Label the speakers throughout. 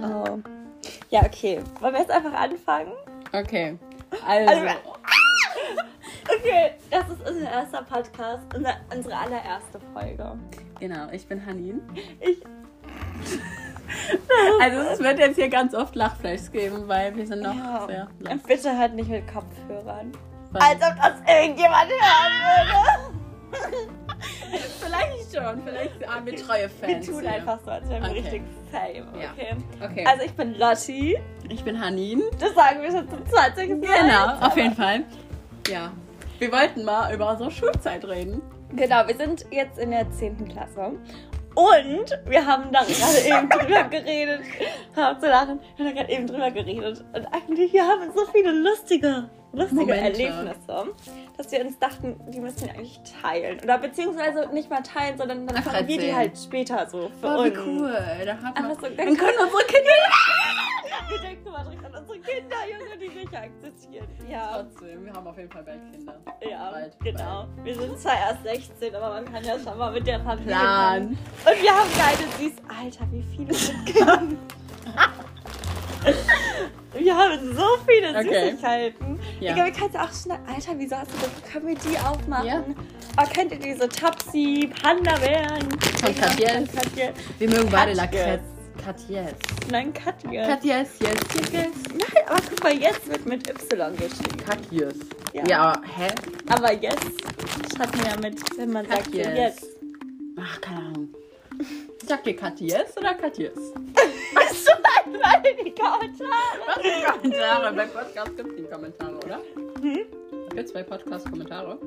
Speaker 1: Oh. Ja, okay. Wollen wir jetzt einfach anfangen?
Speaker 2: Okay. Also,
Speaker 1: Also- Okay, das ist unser erster Podcast, unser, unsere allererste Folge.
Speaker 2: genau, ich bin Hanin.
Speaker 1: Ich.
Speaker 2: Also es wird jetzt hier ganz oft Lachfleisch geben, weil wir sind noch sehr lach-
Speaker 1: Und bitte hört nicht mit Kopfhörern.
Speaker 2: weil-
Speaker 1: Als ob das irgendjemand hören würde.
Speaker 2: Vielleicht schon, vielleicht haben Ah, wir treue
Speaker 1: Wir
Speaker 2: Fans.
Speaker 1: tun
Speaker 2: hier.
Speaker 1: einfach so, als wären wir
Speaker 2: Okay.
Speaker 1: richtig fame,
Speaker 2: Ja.
Speaker 1: okay?
Speaker 2: Okay, also,
Speaker 1: Also ich bin Lotti.
Speaker 2: ich bin Hanin.
Speaker 1: Das sagen wir schon zum 20.
Speaker 2: Genau, auf jeden Fall. Ja. Wir wollten mal über unsere Schulzeit reden.
Speaker 1: Genau, wir sind jetzt in der 10. Klasse. Und wir haben da gerade eben drüber geredet. Hör auf zu lachen. Wir haben da gerade eben drüber geredet. Und eigentlich, wir haben so viele lustige, lustige
Speaker 2: Momente.
Speaker 1: Erlebnisse, dass wir uns dachten, die müssen wir eigentlich teilen. Oder beziehungsweise nicht mal teilen, sondern dann
Speaker 2: Einfach
Speaker 1: haben wir die
Speaker 2: erzählen.
Speaker 1: halt später so für
Speaker 2: Oh,
Speaker 1: uns.
Speaker 2: wie cool. Da hat man,
Speaker 1: Einfach so, dann
Speaker 2: dann können unsere Kinder
Speaker 1: Wir denken immer direkt an unsere Kinder, Junge, die wir nicht akzeptieren. Ja,
Speaker 2: Trotzdem, wir haben auf jeden Fall bald Kinder.
Speaker 1: ja,
Speaker 2: Bald,
Speaker 1: genau. Wir sind zwar erst 16, aber man kann ja schon mal mit der Familie planen.
Speaker 2: Plan.
Speaker 1: Und wir haben keine süß. Alter, wie viele sind gegangen? wir haben so viele
Speaker 2: Okay.
Speaker 1: Süßigkeiten.
Speaker 2: Ja.
Speaker 1: Digga, wir können es auch schneiden. Alter, wieso hast du das? Können wir die aufmachen?
Speaker 2: Ja.
Speaker 1: Oh, kennt ihr diese Tapsi, Panda-Bären?
Speaker 2: Katjes.
Speaker 1: Katjes.
Speaker 2: Wir mögen beide
Speaker 1: Katjes.
Speaker 2: Lakritz. Katjes.
Speaker 1: Nein, Katjes.
Speaker 2: Katjes, yes, yes, yes.
Speaker 1: Nein, aber guck mal, jetzt wird mit Y geschrieben.
Speaker 2: Katjes.
Speaker 1: Ja.
Speaker 2: Ja. hä?
Speaker 1: Aber jetzt hat man ja mit, wenn man sagt,
Speaker 2: Katjes.
Speaker 1: jetzt.
Speaker 2: Ach, keine Ahnung. Sagt ihr Katjes oder Katjes?
Speaker 1: Hast du nein, nein, die Kommentare?
Speaker 2: Was für Kommentare? Bei Podcast gibt es die Kommentare, oder? Hm? Gibt es bei Podcast Kommentare?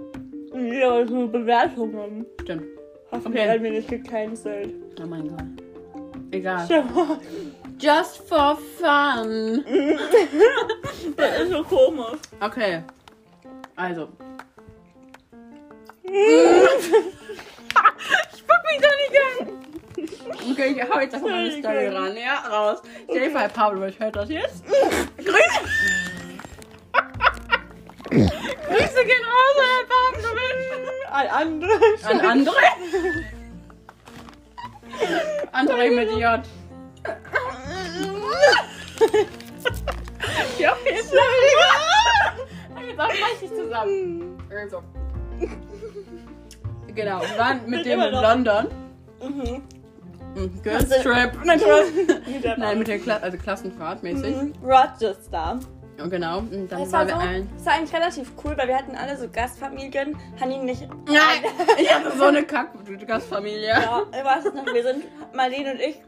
Speaker 1: Ja, so Bewertungen.
Speaker 2: Stimmt.
Speaker 1: Hoffentlich
Speaker 2: Okay.
Speaker 1: werden wir nicht gecancelt.
Speaker 2: Oh mein Gott. Egal.
Speaker 1: Das
Speaker 2: Just for fun.
Speaker 1: ist so komisch.
Speaker 2: Okay. Also. ich guck mich da nicht an. Okay, ich hau jetzt einfach meine Story
Speaker 1: Entschuldigung.
Speaker 2: ran. Ja, raus. Jennifer Pablo, ich hört das jetzt. Grüße. Grüße gehen raus, Herr Pavlovic.
Speaker 1: Ein anderes.
Speaker 2: An André. André mit J.
Speaker 1: Ah.
Speaker 2: Ja, okay, ist Jetzt auch richtig zusammen. Also. Genau, wir waren mit
Speaker 1: Mit
Speaker 2: dem
Speaker 1: immer
Speaker 2: in
Speaker 1: noch.
Speaker 2: London.
Speaker 1: Mhm.
Speaker 2: Mhm, Girls
Speaker 1: Also-
Speaker 2: Trip.
Speaker 1: Nein,
Speaker 2: Nein, mit
Speaker 1: dem
Speaker 2: der Kla also Klassenfahrt mäßig.
Speaker 1: Rochester.
Speaker 2: Und genau, und dann
Speaker 1: Das Mhm. war,
Speaker 2: waren
Speaker 1: so,
Speaker 2: wir allen.
Speaker 1: das war eigentlich relativ cool, weil wir hatten alle so Gastfamilien. Hanin nicht.
Speaker 2: Nein! Ich hatte so eine Kack-Gastfamilie.
Speaker 1: Ja, ich weiß es noch. Wir sind, Marlene und ich,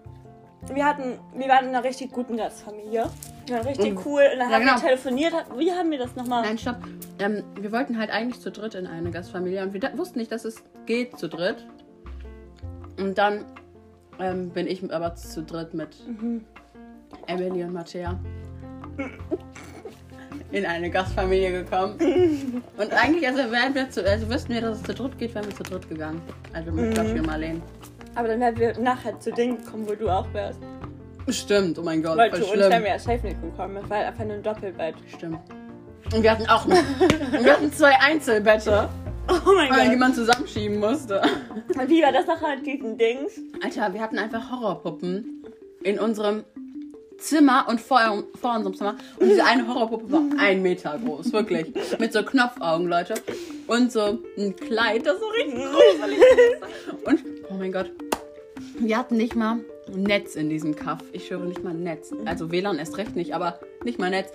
Speaker 1: wir hatten, wir waren in einer richtig guten Gastfamilie. Wir waren richtig
Speaker 2: Mhm.
Speaker 1: cool. Und dann
Speaker 2: Ja,
Speaker 1: haben
Speaker 2: genau.
Speaker 1: wir telefoniert. Wie haben wir das nochmal?
Speaker 2: Nein, stopp. Ähm, wir wollten halt eigentlich zu dritt in eine Gastfamilie und wir da wussten nicht, dass es geht zu dritt. Und dann ähm, bin ich aber zu dritt mit Emily und Mattea in eine Gastfamilie gekommen. und eigentlich, also, wären wir zu, also wüssten wir, dass es zu dritt geht, wären wir zu dritt gegangen. Also mit Joshi und Marlene.
Speaker 1: Aber dann wären wir nachher zu denen gekommen, wo du auch wärst.
Speaker 2: Stimmt, oh mein Gott,
Speaker 1: Weil
Speaker 2: voll
Speaker 1: zu uns wären
Speaker 2: schlimm.
Speaker 1: wir ja safe nicht gekommen. Das war halt einfach nur ein Doppelbett.
Speaker 2: Stimmt. Und wir hatten auch noch. und wir hatten zwei Einzelbette,
Speaker 1: Oh mein
Speaker 2: weil
Speaker 1: Gott.
Speaker 2: jemand zusammenschieben musste.
Speaker 1: Und wie war das nachher mit diesen Dings?
Speaker 2: Alter, wir hatten einfach Horrorpuppen in unserem Zimmer und vor, vor unserem Zimmer. Und diese eine Horrorpuppe war ein Meter groß, wirklich. Mit so Knopfaugen, Leute. Und so ein Kleid, das so richtig
Speaker 1: Mhm.
Speaker 2: gruselig ist. Und, oh mein Gott. Wir hatten nicht mal ein Netz in diesem Kaff. Ich schwöre nicht mal ein Netz. Also WLAN erst recht nicht, aber nicht mal ein Netz.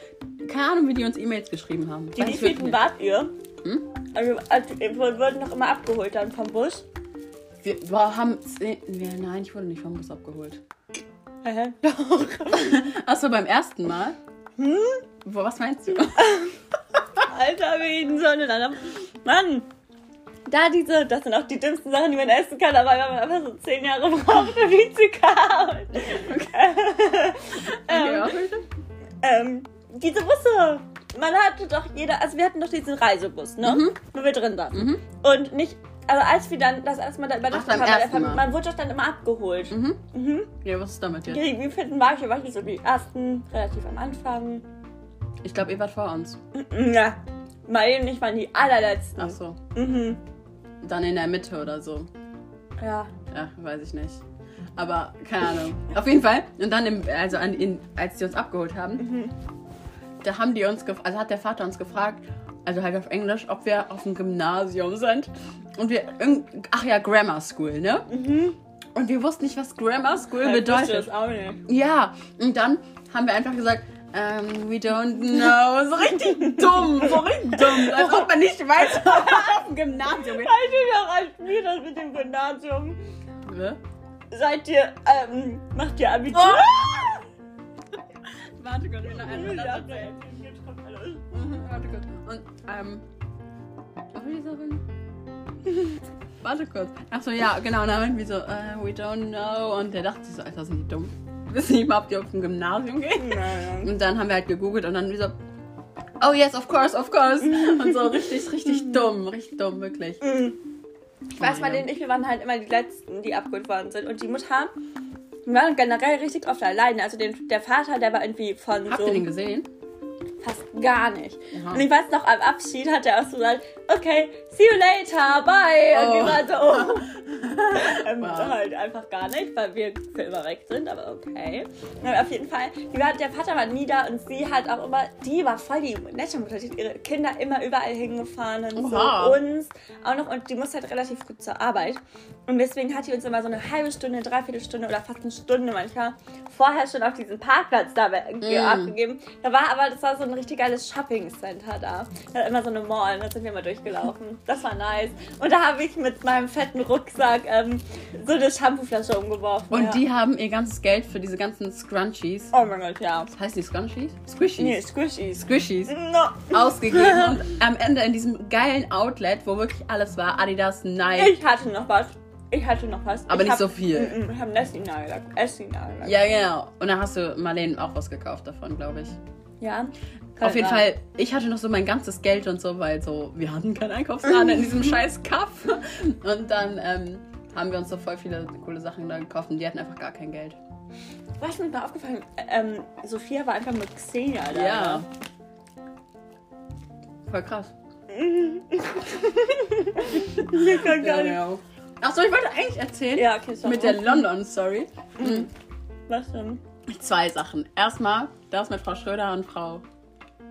Speaker 2: Keine Ahnung, wie die uns E-Mails geschrieben haben.
Speaker 1: Die
Speaker 2: Weiß ich wirklich
Speaker 1: wievielten
Speaker 2: nicht.
Speaker 1: wart ihr?
Speaker 2: Hm?
Speaker 1: Also, also, wir wurden noch immer abgeholt dann vom Bus.
Speaker 2: wir, wir haben zehn, wir, Nein, ich wurde nicht vom Bus abgeholt.
Speaker 1: Hä? Doch.
Speaker 2: Achso, beim ersten Mal? Wo, was meinst du?
Speaker 1: Alter, wir reden so miteinander. Mann! Da diese, das sind auch die dümmsten Sachen, die man essen kann, aber wenn man einfach so zehn Jahre braucht, um die zu kauen.
Speaker 2: Okay, was willst du?
Speaker 1: Ähm, diese Busse. Man hatte doch jeder, also wir hatten doch diesen Reisebus, ne?
Speaker 2: Mhm.
Speaker 1: Wo wir drin saßen. Und nicht, also als wir dann das erste Mal da übernachtet haben,
Speaker 2: beim
Speaker 1: bei der
Speaker 2: ersten
Speaker 1: Familie,
Speaker 2: Mal. Mhm.
Speaker 1: man wurde doch dann immer abgeholt.
Speaker 2: Ja, was ist damit jetzt?
Speaker 1: Okay, wie finden war ich? War ich so die ersten, relativ am Anfang?
Speaker 2: Ich glaube, ihr wart vor uns.
Speaker 1: Na, Marlene und ich waren die allerletzten.
Speaker 2: Ach so.
Speaker 1: Mhm.
Speaker 2: Dann in der Mitte oder so.
Speaker 1: Ja.
Speaker 2: Ja, weiß ich nicht. Aber keine Ahnung. Auf jeden Fall. Und dann, im, also an, in, als die uns abgeholt haben, da haben die uns, gef- also hat der Vater uns gefragt, also halt auf Englisch, ob wir auf dem Gymnasium sind. Und wir, irgend- ach ja, Grammar School, ne? Und wir wussten nicht, was Grammar School
Speaker 1: Halt,
Speaker 2: bedeutet.
Speaker 1: auch nicht.
Speaker 2: Ja, und dann haben wir einfach gesagt, ähm, we don't know. So richtig dumm, so richtig dumm. Als ob man nicht weiß, ob man auf dem Gymnasium ist.
Speaker 1: Seid ihr auch als mir das mit dem Gymnasium?
Speaker 2: Ne?
Speaker 1: Seid ihr, ähm, macht ihr Abitur?
Speaker 2: Warte Gott, wir noch einmal das
Speaker 1: Ja,
Speaker 2: erzählen.
Speaker 1: jetzt kommt alles.
Speaker 2: Mhm, Warte kurz. Und, ähm. Was will ich sagen? Warte kurz. Achso, ja, genau. Und dann meinten wir so, äh, we don't know. Und der dachte sich so, Alter, sind die dumm. Wir wissen nicht mal, ob die auf dem Gymnasium gehen.
Speaker 1: Nein.
Speaker 2: Und dann haben wir halt gegoogelt und dann wir so, oh yes, of course, of course. Und so richtig, richtig dumm. Richtig dumm, wirklich.
Speaker 1: Mm. Ich weiß, bei denen ich, wir waren halt immer die Letzten, die abgeholt worden sind. Und die Mutter, die waren generell richtig oft alleine. Also den, der Vater, der war irgendwie von
Speaker 2: Habt
Speaker 1: so
Speaker 2: ihr den gesehen?
Speaker 1: fast gar nicht.
Speaker 2: Aha.
Speaker 1: Und ich weiß noch, am Abschied hat er auch so gesagt, okay, see you later, bye. Und
Speaker 2: Oh.
Speaker 1: die waren so, oh. ähm,
Speaker 2: Wow.
Speaker 1: Halt einfach gar nicht, weil wir für immer weg sind, aber okay. Aber auf jeden Fall, die war, der Vater war nie da und sie halt auch immer, die war voll die nette Mutter, die hat ihre Kinder immer überall hingefahren und
Speaker 2: Oha.
Speaker 1: so uns auch noch und die musste halt relativ früh zur Arbeit. Und deswegen hat die uns immer so eine halbe Stunde, dreiviertel Stunde oder fast eine Stunde manchmal vorher schon auf diesen Parkplatz da be- ge-
Speaker 2: Mm.
Speaker 1: abgegeben. Da war aber, das war so ein richtig geiles Shopping-Center da. Da hat immer so eine Mall, da sind wir mal durchgelaufen. Das war nice. Und da habe ich mit meinem fetten Rucksack ähm, so eine Shampooflasche umgeworfen.
Speaker 2: Und
Speaker 1: ja.
Speaker 2: die haben ihr ganzes Geld für diese ganzen Scrunchies.
Speaker 1: Oh mein Gott, ja.
Speaker 2: Heißt die Scrunchies? Squishies.
Speaker 1: Nee, Squishies.
Speaker 2: Squishies.
Speaker 1: No.
Speaker 2: ausgegeben und am Ende in diesem geilen Outlet, wo wirklich alles war, Adidas, Nike,
Speaker 1: Ich hatte noch was. Ich hatte noch was.
Speaker 2: aber
Speaker 1: ich
Speaker 2: nicht
Speaker 1: hab,
Speaker 2: so viel.
Speaker 1: Mm, mm, Ich habe Nessie-Nagellack. Essie-Nagellack.
Speaker 2: Ja, genau. Und dann hast du Marlene auch was gekauft davon, glaube ich.
Speaker 1: Ja. Äh,
Speaker 2: Auf jeden Fall, ich hatte noch so mein ganzes Geld und so, weil so, wir hatten keinen Einkaufsladen in diesem scheiß Kaff. Und dann ähm, haben wir uns so voll viele coole Sachen da gekauft und die hatten einfach gar kein Geld.
Speaker 1: Was mir mal aufgefallen, ähm, Sophia war einfach mit Xenia da. ne?
Speaker 2: Ja. Voll krass.
Speaker 1: Ich kann gar
Speaker 2: Ja,
Speaker 1: nicht.
Speaker 2: ja. Achso, ich wollte eigentlich erzählen.
Speaker 1: Ja, okay, sorry.
Speaker 2: Mit der London, sorry.
Speaker 1: Was denn?
Speaker 2: Zwei Sachen. Erstmal, das mit Frau Schröder und Frau,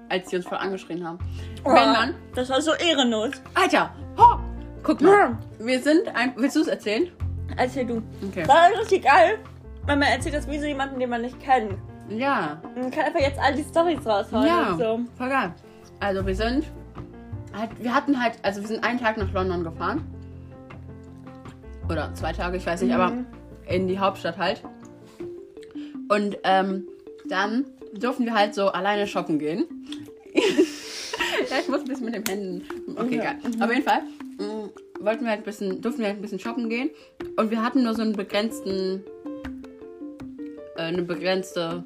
Speaker 2: als sie uns voll angeschrien haben.
Speaker 1: Oh,
Speaker 2: Wenn man.
Speaker 1: Das war so ehrenlos.
Speaker 2: Alter! Ho, guck mal.
Speaker 1: Ja.
Speaker 2: Wir sind ein. Willst du es erzählen?
Speaker 1: Erzähl du.
Speaker 2: Okay.
Speaker 1: War das richtig geil? Weil man erzählt das wie so jemanden, den man nicht kennt.
Speaker 2: Ja.
Speaker 1: Man kann einfach jetzt all die Storys raushauen.
Speaker 2: Ja.
Speaker 1: Und so.
Speaker 2: Voll geil. Also wir sind. Halt, wir hatten halt, also wir sind einen Tag nach London gefahren. Oder zwei Tage, ich weiß nicht, aber in die Hauptstadt halt. Und ähm, dann durften wir halt so alleine shoppen gehen. ja, ich muss ein bisschen mit den Händen. Mhm. Okay,
Speaker 1: Ja.
Speaker 2: geil. Auf jeden Fall mm, wollten wir halt ein bisschen, durften wir halt ein bisschen shoppen gehen. Und wir hatten nur so einen begrenzten. Äh, eine begrenzte.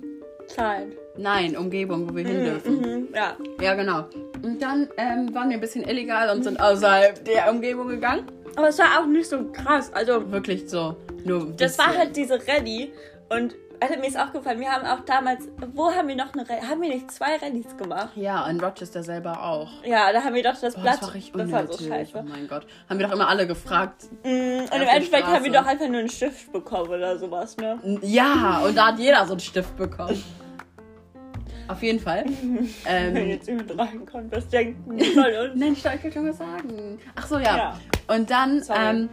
Speaker 1: Klein.
Speaker 2: Nein, Umgebung, wo wir hin dürfen.
Speaker 1: Mhm. Ja.
Speaker 2: Ja, genau. Und dann ähm, waren wir ein bisschen illegal und sind außerhalb der Umgebung gegangen.
Speaker 1: Aber es war auch nicht so krass. Also,
Speaker 2: Wirklich so. Nur
Speaker 1: das
Speaker 2: bisschen.
Speaker 1: war halt diese Rallye. Und also, mir ist auch gefallen, wir haben auch damals, wo haben wir noch eine Rallye? Haben wir nicht zwei Rallyes gemacht?
Speaker 2: Ja, in Rochester selber auch.
Speaker 1: Ja, da haben wir doch das
Speaker 2: Boah,
Speaker 1: Blatt.
Speaker 2: Oh, das war richtig
Speaker 1: das
Speaker 2: unnötig.
Speaker 1: war so scheiße.
Speaker 2: Oh mein Gott. Haben wir doch immer alle gefragt.
Speaker 1: Mm, Und
Speaker 2: Auf
Speaker 1: im
Speaker 2: der
Speaker 1: Endeffekt haben wir
Speaker 2: Straße.
Speaker 1: doch einfach nur einen Stift bekommen oder sowas, ne?
Speaker 2: Ja, und da hat jeder so einen Stift bekommen. Auf jeden Fall.
Speaker 1: Wenn
Speaker 2: ähm,
Speaker 1: jetzt jemand reinkommt, was denken die von uns?
Speaker 2: Nein, stopp, ich wollte schon was sagen. Ach so, ja.
Speaker 1: Ja.
Speaker 2: Und dann
Speaker 1: Sorry.
Speaker 2: ähm,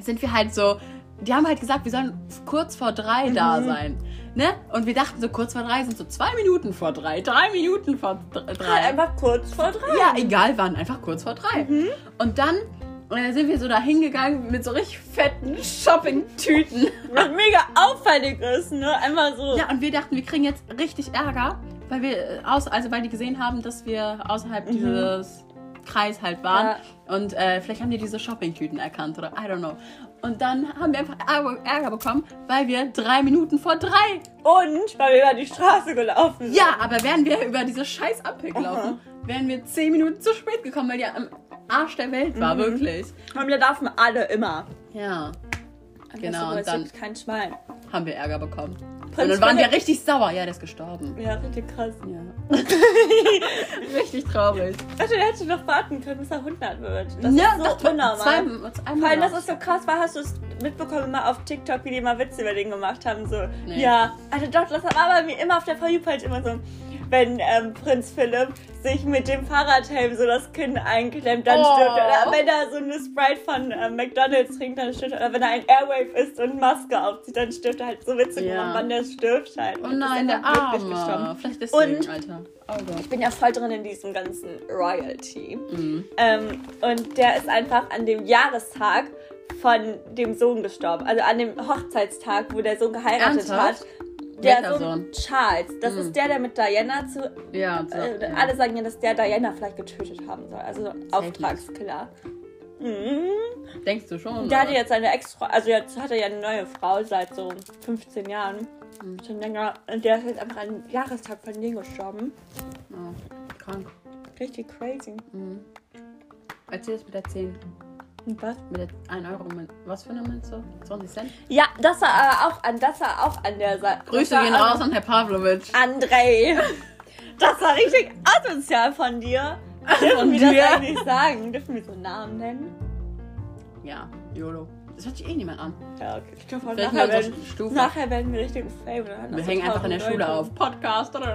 Speaker 2: sind wir halt so, die haben halt gesagt, wir sollen kurz vor drei da sein. Ne? Und wir dachten so, kurz vor drei sind so zwei Minuten vor drei, drei Minuten vor dr-
Speaker 1: Halt
Speaker 2: drei.
Speaker 1: einfach kurz vor drei.
Speaker 2: Ja, egal wann, einfach kurz vor drei. Und dann äh, sind wir so da hingegangen mit so richtig fetten Shopping-Tüten.
Speaker 1: Was mega auffällig ist, ne? Einmal so.
Speaker 2: Ja, und wir dachten, wir kriegen jetzt richtig Ärger, weil wir äh, aus, also weil die gesehen haben, dass wir außerhalb dieses Kreis halt waren. Und äh, vielleicht haben die diese Shoppingtüten erkannt oder I don't know. Und dann haben wir einfach Ärger, Ärger bekommen, weil wir drei Minuten vor drei.
Speaker 1: Und weil wir über die Straße gelaufen sind.
Speaker 2: Ja, aber wären wir über diese scheiß Ampel gelaufen, wären wir zehn Minuten zu spät gekommen, weil die am Arsch der Welt war, wirklich.
Speaker 1: Und wir laufen alle immer.
Speaker 2: Ja,
Speaker 1: Aber
Speaker 2: Genau,
Speaker 1: das
Speaker 2: und dann-
Speaker 1: interessiert kein Schwein.
Speaker 2: haben wir Ärger bekommen. Und
Speaker 1: Prinz
Speaker 2: dann waren wir
Speaker 1: Philipp.
Speaker 2: richtig sauer. Ja, der ist gestorben.
Speaker 1: Ja, richtig krass.
Speaker 2: Ja. richtig traurig.
Speaker 1: Warte, der hätte noch warten können, bis er 100 wird. Das
Speaker 2: Das ja,
Speaker 1: ist so
Speaker 2: das war
Speaker 1: unnormal.
Speaker 2: Ne, Zwei,
Speaker 1: Vor
Speaker 2: einmal
Speaker 1: allem, das ist so krass, weil hast du es mitbekommen immer auf TikTok, wie die immer Witze über den gemacht haben. So,
Speaker 2: Nee.
Speaker 1: ja, also doch, das war bei mir immer auf der For You page immer so, wenn ähm, Prinz Philipp sich mit dem Fahrradhelm so das Kinn einklemmt, dann
Speaker 2: Oh.
Speaker 1: stirbt er. Oder wenn er so eine Sprite von ähm, McDonalds trinkt, dann stirbt er. Oder wenn er ein Airwave isst und Maske aufzieht, dann stirbt er halt so Witze
Speaker 2: Ja.
Speaker 1: gemacht, wann der stirbt halt.
Speaker 2: Oh
Speaker 1: Das ist
Speaker 2: nein, der
Speaker 1: einfach wirklich gestorben.
Speaker 2: Arme. Vielleicht deswegen,
Speaker 1: Und-
Speaker 2: Alter. Oh Gott.
Speaker 1: Ich bin ja voll drin in diesem ganzen Royalty.
Speaker 2: Mhm.
Speaker 1: Ähm, und der ist einfach an dem Jahrestag von dem Sohn gestorben. Also an dem Hochzeitstag, wo der Sohn geheiratet
Speaker 2: Ernsthaft?
Speaker 1: hat. Der
Speaker 2: Welcher
Speaker 1: Sohn Charles, das
Speaker 2: Mhm.
Speaker 1: ist der, der mit Diana zu.
Speaker 2: Ja, so,
Speaker 1: Äh,
Speaker 2: ja.
Speaker 1: Alle sagen ja, dass der Diana vielleicht getötet haben soll. Also Auftragskiller. Mhm.
Speaker 2: Denkst du schon?
Speaker 1: Der hatte
Speaker 2: oder?
Speaker 1: jetzt seine Ex-Frau, also jetzt hat er ja eine neue Frau seit so 15 Jahren.
Speaker 2: Mhm.
Speaker 1: Schon länger. Und der ist jetzt einfach an dem Jahrestag von denen gestorben.
Speaker 2: Oh, krank.
Speaker 1: Richtig crazy.
Speaker 2: Mhm. Erzähl es mit der 10.
Speaker 1: Und was?
Speaker 2: Mit der 1 Euro. Mün- Was für eine Münze? 20 Cent?
Speaker 1: Ja, das war aber auch an, das war auch an der Seite.
Speaker 2: Grüße gehen raus an Herr Pavlovic.
Speaker 1: Andrei. Das war richtig asozial von dir. Dürfen
Speaker 2: Von
Speaker 1: wir
Speaker 2: dir.
Speaker 1: das eigentlich sagen? Dürfen wir so Namen nennen?
Speaker 2: Ja, YOLO. Das hört sich eh niemand an.
Speaker 1: Ja, okay. Ich glaube,
Speaker 2: Vielleicht
Speaker 1: nachher,
Speaker 2: mal unsere
Speaker 1: werden,
Speaker 2: Stufe.
Speaker 1: nachher werden wir richtig fame. oder?
Speaker 2: wir
Speaker 1: Also
Speaker 2: hängen einfach in der
Speaker 1: tausend
Speaker 2: Schule
Speaker 1: Leute.
Speaker 2: auf. Podcast. Oder,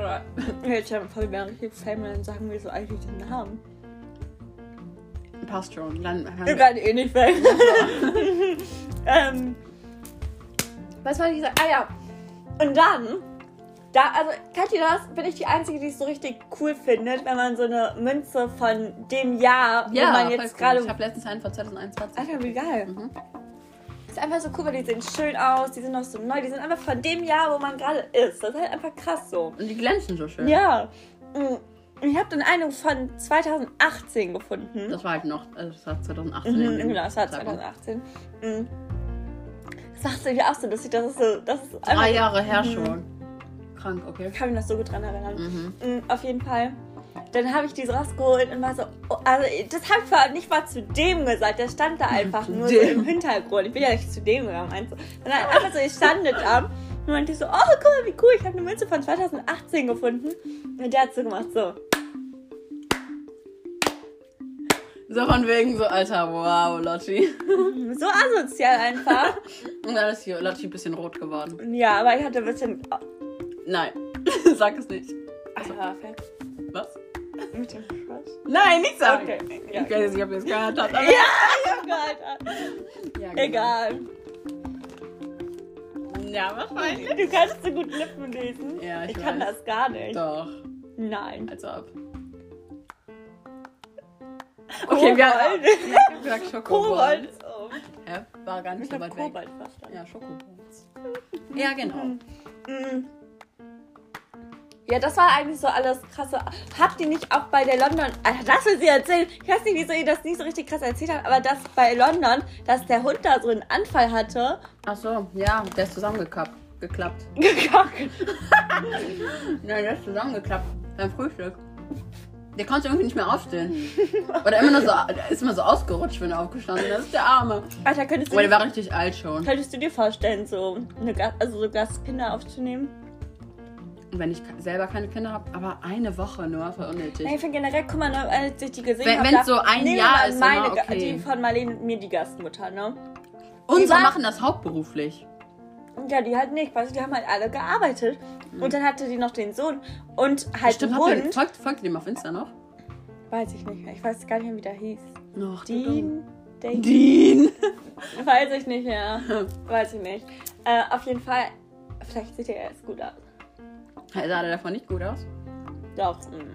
Speaker 2: oder.
Speaker 1: Ja, Ich habe wir werden richtig fame und dann sagen wir so eigentlich den Namen.
Speaker 2: Passt schon. Dann haben
Speaker 1: Wir
Speaker 2: wir.
Speaker 1: werden eh nicht fame. ähm, was war dieser? Ah ja. Und dann, da, also kennt ihr das? Bin ich die Einzige, die es so richtig cool findet, wenn man so eine Münze von dem Jahr, wo man
Speaker 2: voll
Speaker 1: jetzt
Speaker 2: cool.
Speaker 1: gerade
Speaker 2: Ich habe letztens einen von 2021.
Speaker 1: Alter, wie geil.
Speaker 2: Mhm.
Speaker 1: Ist einfach so cool, weil die sehen schön aus, die sind noch so neu, die sind einfach von dem Jahr, wo man gerade ist. Das ist halt einfach krass so.
Speaker 2: Und die glänzen so schön.
Speaker 1: Ja. Mm. Ich habe dann eine von 2018 gefunden.
Speaker 2: Das war halt noch, also das war 2018.
Speaker 1: Mhm,
Speaker 2: in dem
Speaker 1: genau, das war
Speaker 2: Zeitpunkt.
Speaker 1: 2018. Mhm. Das sagst du ja auch so lustig, das ist so, das ist einfach, Mhm.
Speaker 2: Drei Jahre her schon. Krank, okay.
Speaker 1: ich kann mich noch so gut dran erinnern.
Speaker 2: Mhm.
Speaker 1: Mm, auf jeden Fall. Dann habe ich die rausgeholt und war so, oh, also das habe ich zwar nicht mal zu dem gesagt, der stand da einfach
Speaker 2: Zu
Speaker 1: nur so
Speaker 2: dem.
Speaker 1: im Hintergrund. Ich bin ja nicht zu dem gegangen, meinst du? Sondern einfach so, ich stand da und meinte ich so, oh guck mal, wie cool, ich habe eine Münze von 2018 gefunden. Und der hat so gemacht, so.
Speaker 2: So von wegen so, Alter, wow, Lotti.
Speaker 1: mhm, So asozial einfach.
Speaker 2: Und dann ist hier Lotti ein bisschen rot geworden.
Speaker 1: ja, aber ich hatte ein bisschen. oh,
Speaker 2: Nein, sag es nicht.
Speaker 1: Ah, perfekt.
Speaker 2: Was?
Speaker 1: Mit dem Crush.
Speaker 2: Nein, nicht sagen.
Speaker 1: Okay. Ja.
Speaker 2: Ich weiß jetzt nicht, ob ihr es gehört habt. aber-
Speaker 1: Junge, Alter.
Speaker 2: Ja, genau.
Speaker 1: Egal.
Speaker 2: Ja, wahrscheinlich.
Speaker 1: Du kannst so gut Lippen lesen.
Speaker 2: Ja, ich
Speaker 1: ich kann
Speaker 2: weiß.
Speaker 1: das gar nicht.
Speaker 2: Doch, also
Speaker 1: Nein.
Speaker 2: als ob. Okay, wir haben
Speaker 1: Kobold.
Speaker 2: ich hab gesagt Schokobold.
Speaker 1: Kobold. Oh,
Speaker 2: Hä? War gar nicht
Speaker 1: ich
Speaker 2: so
Speaker 1: habe
Speaker 2: weit weg.
Speaker 1: Kobold verstanden.
Speaker 2: Ja, Schokobold. Ja, genau.
Speaker 1: Mm. Ja, das war eigentlich so alles krasse. Habt ihr nicht auch bei der London. Alter, das will sie erzählen. Ich weiß nicht, wieso ihr das nicht so richtig krass erzählt habt, aber das bei London, dass der Hund da so einen Anfall hatte.
Speaker 2: Ach so, ja, der ist zusammengeklappt. Geklappt.
Speaker 1: Gekackt.
Speaker 2: Nein, der ist zusammengeklappt. Beim Frühstück. Der konnte irgendwie nicht mehr aufstehen. Oder immer nur so, der ist immer so ausgerutscht, wenn er aufgestanden ist. Das ist der Arme.
Speaker 1: Alter, könntest du,
Speaker 2: Aber der
Speaker 1: dir,
Speaker 2: war richtig alt schon.
Speaker 1: könntest du dir vorstellen, so, eine, Ga- also so Gastkinder aufzunehmen?
Speaker 2: Und wenn ich ke- selber keine Kinder habe, aber eine Woche nur, voll unnötig.
Speaker 1: Nee, ich finde generell, guck mal, ne, als ich die gesehen
Speaker 2: Wenn-
Speaker 1: habe.
Speaker 2: wenn's
Speaker 1: da-
Speaker 2: so ein
Speaker 1: nehmen wir
Speaker 2: Jahr
Speaker 1: mal
Speaker 2: ist,
Speaker 1: meine,
Speaker 2: immer
Speaker 1: Ga-
Speaker 2: okay.
Speaker 1: Die von Marlene und mir die Gastmutter, ne?
Speaker 2: Unsere
Speaker 1: Die war-
Speaker 2: machen das hauptberuflich.
Speaker 1: Und ja, die halt nicht, weißt du, die haben halt alle gearbeitet. Und dann hatte die noch den Sohn und halt
Speaker 2: Mhm. Stimmt,
Speaker 1: einen
Speaker 2: habt ihr,
Speaker 1: Hund.
Speaker 2: folgt, folgt ihr dem auf Insta noch?
Speaker 1: Weiß ich nicht mehr. Ich weiß gar nicht mehr, wie der hieß.
Speaker 2: Noch.
Speaker 1: Dean? Dean?
Speaker 2: Dean.
Speaker 1: Weiß ich nicht mehr. Weiß ich nicht. Äh, auf jeden Fall, vielleicht sieht er jetzt gut aus.
Speaker 2: Sah der davon nicht gut aus?
Speaker 1: Doch. mm,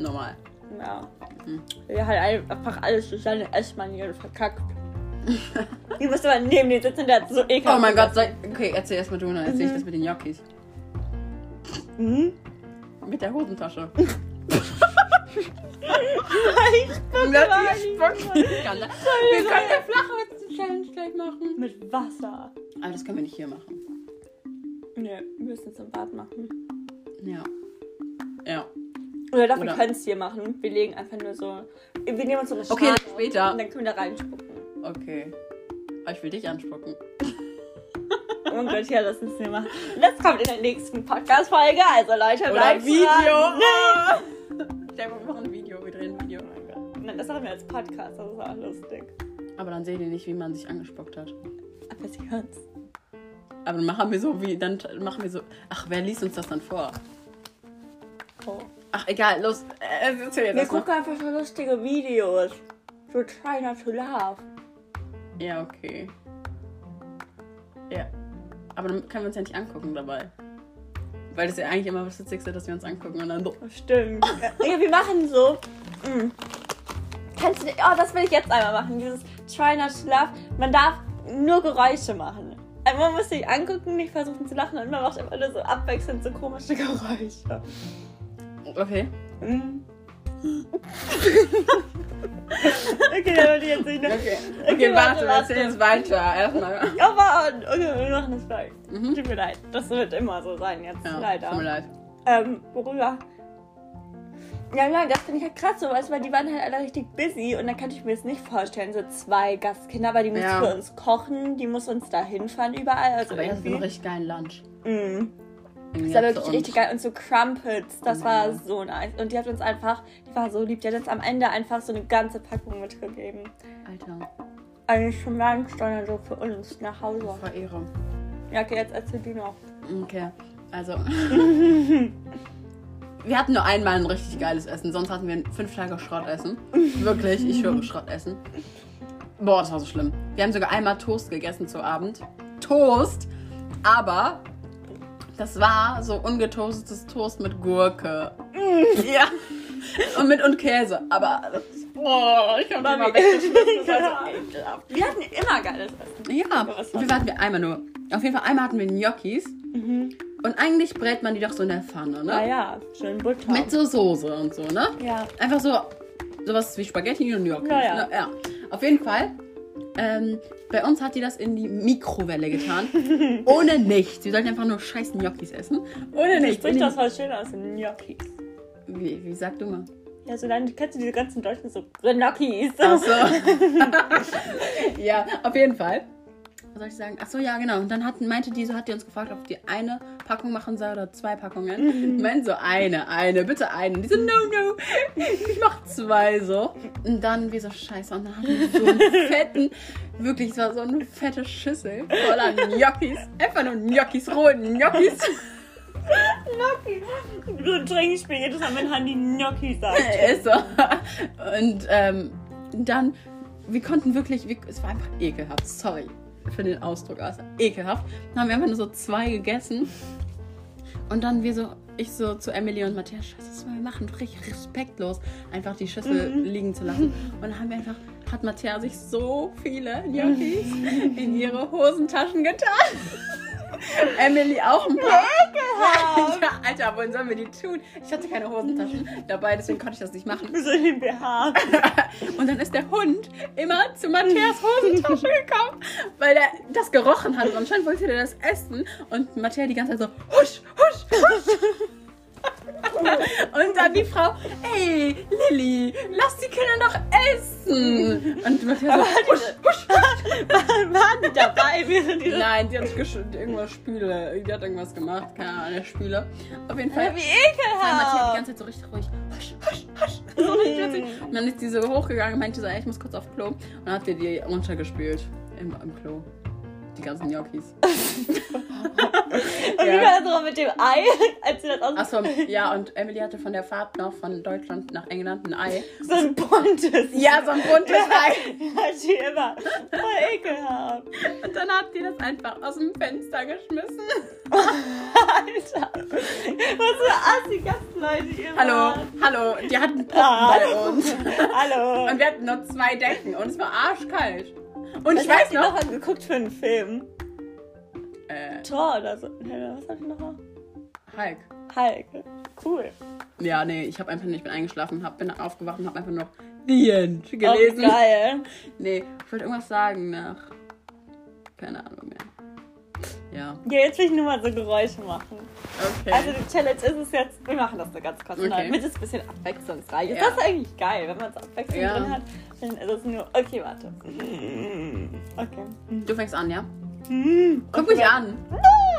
Speaker 2: Normal.
Speaker 1: Ja.
Speaker 2: Mhm.
Speaker 1: Er hat einfach alles durch seine Essmanier verkackt. die musste man neben den sitzen, der hat so ekelhaft.
Speaker 2: Oh mein Gott, sag, okay, erzähl erst mal du, dann erzähl ich das mit den Jockeys.
Speaker 1: Mhm.
Speaker 2: Mit der Hosentasche.
Speaker 1: Ich
Speaker 2: Das ist
Speaker 1: gar nicht.
Speaker 2: Wir können eine Flachwitz-Challenge gleich machen.
Speaker 1: Mit Wasser.
Speaker 2: Aber das können wir nicht hier machen.
Speaker 1: Nee, wir müssen es im Bad machen.
Speaker 2: Ja. Ja.
Speaker 1: Oder doch, wir
Speaker 2: Oder-
Speaker 1: können es hier machen. Wir legen einfach nur so. Wir nehmen uns so eine
Speaker 2: Okay,
Speaker 1: Schale
Speaker 2: später.
Speaker 1: und dann können wir da reinspucken.
Speaker 2: Okay. Aber ich will dich anspucken.
Speaker 1: Oh Gott, ja, lass uns nicht machen. Das kommt in der nächsten Podcast-Folge. Also Leute,
Speaker 2: Oder Ah.
Speaker 1: bleibt dran.
Speaker 2: Video. Stell dir vor, wir machen ein Video, wir drehen ein Video.
Speaker 1: Oh mein Gott. Nein, das machen wir als Podcast, das ist auch lustig.
Speaker 2: Aber dann sehen die nicht, wie man sich angespuckt hat.
Speaker 1: Aber sie hören's.
Speaker 2: Aber dann machen wir so wie, dann t- machen wir so. Ach, wer liest uns das dann vor?
Speaker 1: Oh.
Speaker 2: Ach, egal, los. Äh, erzähl jetzt
Speaker 1: Wir
Speaker 2: erst mal.
Speaker 1: gucken einfach so lustige Videos. So try not to laugh.
Speaker 2: Ja, okay. Ja. Aber dann können wir uns ja nicht angucken dabei. Weil das ist ja eigentlich immer das Witzigste, dass wir uns angucken und dann so.
Speaker 1: Das stimmt. ja, wir machen so. Mm. Kannst du. Oh, das will ich jetzt einmal machen. Dieses Try not to laugh. Man darf nur Geräusche machen. Also Man muss sich angucken, nicht versuchen zu lachen und man macht immer nur so abwechselnd so komische Geräusche.
Speaker 2: Okay.
Speaker 1: Mm. okay, da würde ich jetzt nicht noch.
Speaker 2: Okay, okay,
Speaker 1: Okay, warte,
Speaker 2: warte, wir
Speaker 1: warte.
Speaker 2: erzählen jetzt weiter. Erstmal.
Speaker 1: Ja, Oh, Mann. Okay, wir machen das gleich.
Speaker 2: Mhm.
Speaker 1: Tut mir leid. Das wird immer so sein jetzt.
Speaker 2: Ja,
Speaker 1: Leider.
Speaker 2: Tut mir leid.
Speaker 1: ähm, worüber. Ja, nein, das finde ich halt krass so, weißt du, weil die waren halt alle richtig busy und dann kann ich mir das nicht vorstellen, so zwei Gastkinder, weil die müssen
Speaker 2: Ja.
Speaker 1: für uns kochen, die muss uns da hinfahren überall, also
Speaker 2: Aber das ist
Speaker 1: irgendwie.
Speaker 2: ein richtig geilen Lunch.
Speaker 1: Mm.
Speaker 2: Irgendwie
Speaker 1: Das war
Speaker 2: jetzt
Speaker 1: wirklich
Speaker 2: so
Speaker 1: richtig geil und so Crumpets, das
Speaker 2: Oh
Speaker 1: war
Speaker 2: Mann.
Speaker 1: so nice und die hat uns einfach, die war so lieb, die hat uns am Ende einfach so eine ganze Packung mitgegeben.
Speaker 2: und- Alter,
Speaker 1: Eigentlich schon ganz sondern so für uns nach Hause.
Speaker 2: das war Ehre.
Speaker 1: Ja, okay, jetzt erzähl du noch.
Speaker 2: Okay, also. wir hatten nur einmal ein richtig geiles Essen, sonst hatten wir fünf Tage Schrottessen. Wirklich, ich höre Schrottessen. Boah, das war so schlimm. Wir haben sogar einmal Toast gegessen zu Abend. Toast, aber das war so ungetoastetes Toast mit Gurke. ja. Und mit und Käse, aber. Boah, ich hab die mal weggeschmissen. Das war so ekelhaft.
Speaker 1: Wir hatten immer geiles Essen.
Speaker 2: Ja,
Speaker 1: was
Speaker 2: wie viel hatten wir einmal nur? Auf jeden Fall einmal hatten wir Gnocchis. Und eigentlich brät man die doch so in der Pfanne, ne?
Speaker 1: Ah ja, schön Butter.
Speaker 2: Mit so Soße und so, ne?
Speaker 1: ja.
Speaker 2: Einfach so sowas wie Spaghetti und Gnocchis.
Speaker 1: Ja, ja.
Speaker 2: Ne? ja. Auf jeden Fall. Ähm, bei uns hat die das in die Mikrowelle getan. ohne nichts. Wir sollten einfach nur scheiß Gnocchis essen. Ohne nichts. halt In
Speaker 1: Spricht
Speaker 2: die-
Speaker 1: das voll schön aus, Gnocchis.
Speaker 2: Wie, wie sag du mal?
Speaker 1: Ja, so dann kennst du diese ganzen Deutschen so, Gnocchis.
Speaker 2: Ach so. ja, auf jeden Fall. Was soll ich sagen? Ach so, ja, genau. Und dann hat, meinte die, so hat die uns gefragt, ob die eine Packung machen soll oder zwei Packungen. Mhm. Meint so, eine, eine, bitte eine. Und Die so, no, no, ich mach zwei so. Und dann, wir so, scheiße. Und dann hatten wir so einen fetten, wirklich, es war so eine fette Schüssel voller Gnocchis. Einfach nur Gnocchis, rohe Gnocchis.
Speaker 1: Gnocchis. So ein Trinkspiel, jedes Mal, wenn Handy Gnocchi sagt.
Speaker 2: Ist so. Und ähm, dann, wir konnten wirklich, wir, es war einfach ekelhaft. Sorry für den Ausdruck, also ekelhaft. Dann haben wir einfach nur so zwei gegessen. Und dann wir so, ich so zu Emily und Matthias, scheiße, was sollen wir machen? Richtig respektlos, einfach die Schüssel liegen zu lassen. Und dann haben wir einfach, hat Matthias sich so viele Gnocchis in ihre Hosentaschen getan. Emily auch ein paar. Ja, Alter, wohin sollen wir die tun? Ich hatte keine Hosentaschen dabei, deswegen konnte ich das nicht machen.
Speaker 1: So in den BH.
Speaker 2: Und dann ist der Hund immer zu Matthias Hosentasche gekommen, weil er das gerochen hat. Und anscheinend wollte er das essen. Und Matthias die ganze Zeit so, husch, husch, husch. Und dann die Frau, ey, Lilly, lass die Kinder doch essen. Und Matthias so, husch, husch, husch.
Speaker 1: Waren die dabei, während die das...
Speaker 2: Nein, die hat gesch- irgendwas Spüle, die hat irgendwas gemacht, keine Ahnung, Spüle. Auf jeden Fall.
Speaker 1: Wie
Speaker 2: Weil Matthias die
Speaker 1: ekelhaft.
Speaker 2: ganze Zeit so richtig ruhig. Husch, husch, husch. So richtig witzig. Und dann ist die so hochgegangen und meinte so, ey, ich muss kurz auf Klo. Und dann habt ihr die runtergespült im, im Klo. Die ganzen Gnocchis.
Speaker 1: Und wie war das noch mit dem Ei, als sie das aus...
Speaker 2: Achso, ja, und Emily hatte von der Fahrt noch von Deutschland nach England ein Ei.
Speaker 1: so ein buntes...
Speaker 2: Ja, so ein buntes Ei.
Speaker 1: Hat sie immer. Voll ekelhaft.
Speaker 2: Und dann habt ihr das einfach aus dem Fenster geschmissen.
Speaker 1: Alter. Was für assi Gastleute ihr
Speaker 2: Hallo,
Speaker 1: wart.
Speaker 2: hallo. Die hatten Poppen
Speaker 1: Ah.
Speaker 2: bei uns.
Speaker 1: Hallo.
Speaker 2: Und wir hatten nur zwei Decken und es war arschkalt. Und
Speaker 1: Was
Speaker 2: ich
Speaker 1: hast
Speaker 2: weiß
Speaker 1: du noch
Speaker 2: noch.
Speaker 1: mal geguckt für einen Film?
Speaker 2: Äh,
Speaker 1: Tor oder so. Ne, Was hab ich noch mal?
Speaker 2: Hulk.
Speaker 1: Hulk. Cool.
Speaker 2: Ja, nee, ich habe einfach nicht, bin eingeschlafen, hab, bin aufgewacht und habe einfach noch The End gelesen.
Speaker 1: Oh, geil.
Speaker 2: nee, ich wollte irgendwas sagen nach. Keine Ahnung mehr. Ja,
Speaker 1: Ja, jetzt will ich nur mal so Geräusche machen.
Speaker 2: okay.
Speaker 1: Also die Challenge ist es jetzt, wir machen das so ganz kurz, okay.
Speaker 2: Okay.
Speaker 1: damit es ein bisschen abwechslungsreich ist.
Speaker 2: Ja.
Speaker 1: Das ist eigentlich geil, wenn man es abwechselnd
Speaker 2: Ja.
Speaker 1: drin hat. Dann ist es nur, okay, warte. Okay.
Speaker 2: du fängst an, ja?
Speaker 1: Hm.
Speaker 2: Guck mich an.
Speaker 1: Oh,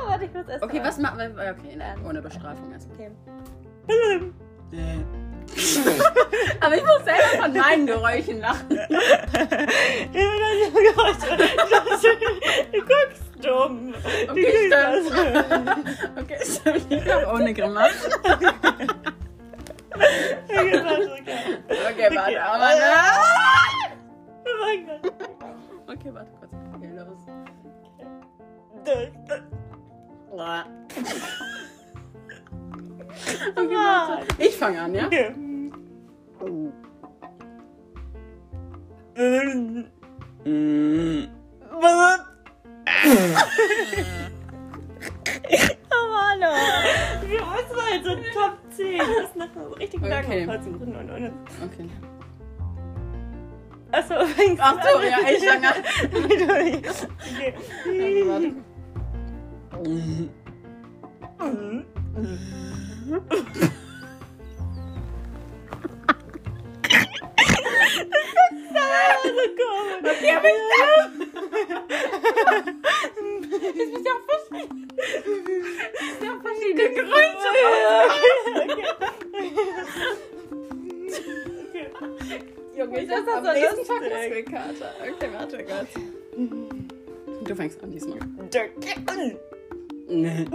Speaker 1: warte, ich muss erst
Speaker 2: Okay,
Speaker 1: mal-
Speaker 2: was machen wir? Okay, nein, ohne Bestrafung erstmal.
Speaker 1: Okay.
Speaker 2: Aber ich muss selber von meinen Geräuschen lachen.
Speaker 1: Ich bin das Geräusch. Das- Du guckst dumm. Du
Speaker 2: Okay,
Speaker 1: guckst
Speaker 2: stimmt. Okay, stimmt. Ich glaub, ohne Grimasse.
Speaker 1: das. Ja, genau, okay.
Speaker 2: Okay, Ah! warte. Aber,
Speaker 1: Oh mein Gott.
Speaker 2: ne? Okay, warte kurz. Okay, los.
Speaker 1: Das- das-
Speaker 2: Okay, warte. Ich fange an, Ah! ja?
Speaker 1: Okay. Oh Mann, oh. wir müssen halt so Top 10. Das ist nachher so richtig lange
Speaker 2: Okay.
Speaker 1: versuchen und und.
Speaker 2: Okay.
Speaker 1: Achso, übrigens.
Speaker 2: Ach so, ja, ich fange an. Okay,
Speaker 1: okay.
Speaker 2: warte.
Speaker 1: Also komm.
Speaker 2: Okay, aber ich Jetzt bist du auch verschieden. Das sind ja verschiedene Geräusche. Junge, ich
Speaker 1: Das ist
Speaker 2: hab am
Speaker 1: so
Speaker 2: nächsten
Speaker 1: lustig.
Speaker 2: Tag Muskelkater. Okay, warte oh kurz. Du fängst an diesmal.
Speaker 1: Okay.
Speaker 2: Nee.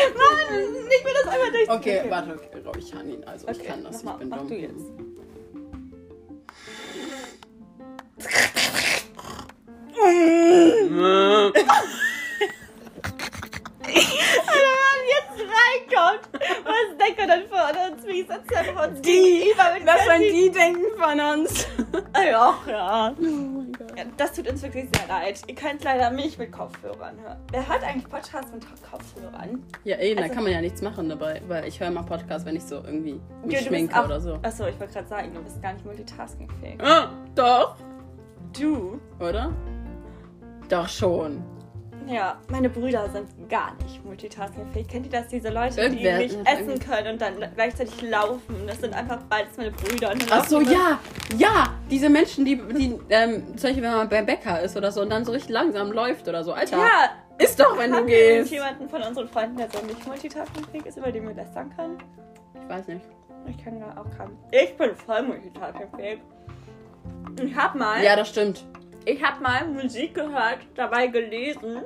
Speaker 1: Mann, ich will das einmal durch.
Speaker 2: Okay, warte, okay, ich kann ihn. Also, ich
Speaker 1: Okay,
Speaker 2: kann das.
Speaker 1: mach mal,
Speaker 2: Ich bin
Speaker 1: mach
Speaker 2: dumm.
Speaker 1: du jetzt.
Speaker 2: Hm.
Speaker 1: Wenn man jetzt reinkommt, was denkt man dann von uns? Wie sitzt er von uns gegenüber mit
Speaker 2: Was sollen
Speaker 1: Messi?
Speaker 2: die denken von uns?
Speaker 1: Ah, Ja, ja.
Speaker 2: Oh mein Gott.
Speaker 1: Ja, Das tut uns wirklich sehr leid. Ihr könnt leider mich mit Kopfhörern hören. Wer hört eigentlich Podcasts mit Kopfhörern?
Speaker 2: Ja, eh, da
Speaker 1: Also-
Speaker 2: kann man ja nichts machen dabei, weil ich höre immer Podcasts, wenn ich so irgendwie mich
Speaker 1: Ja, du bist
Speaker 2: schminke
Speaker 1: auch-
Speaker 2: oder so.
Speaker 1: Achso, ich wollte gerade sagen, du bist gar nicht multitaskingfähig.
Speaker 2: Ah, doch.
Speaker 1: Du?
Speaker 2: Oder? Doch schon.
Speaker 1: Ja, meine Brüder sind gar nicht multitaskingfähig. Kennt ihr das? Diese Leute, die
Speaker 2: Irgendwer-
Speaker 1: nicht essen können und dann gleichzeitig laufen. Das sind einfach beides meine Brüder. Und dann
Speaker 2: Ach so,
Speaker 1: laufen die
Speaker 2: ja, ja, diese Menschen, die, die ähm, zum Beispiel, wenn man beim Bäcker ist oder so und dann so richtig langsam läuft oder so. Alter,
Speaker 1: immer- Ja,
Speaker 2: ist doch, wenn du
Speaker 1: haben wir
Speaker 2: gehst. Ich
Speaker 1: jemanden von unseren Freunden, der so nicht multitaskingfähig ist, über den wir lästern können?
Speaker 2: weiß nicht.
Speaker 1: Ich kann da auch kann. Ich bin voll multitaskingfähig. Ich hab mal,
Speaker 2: Ja, das stimmt.
Speaker 1: ich hab mal Musik gehört, dabei gelesen,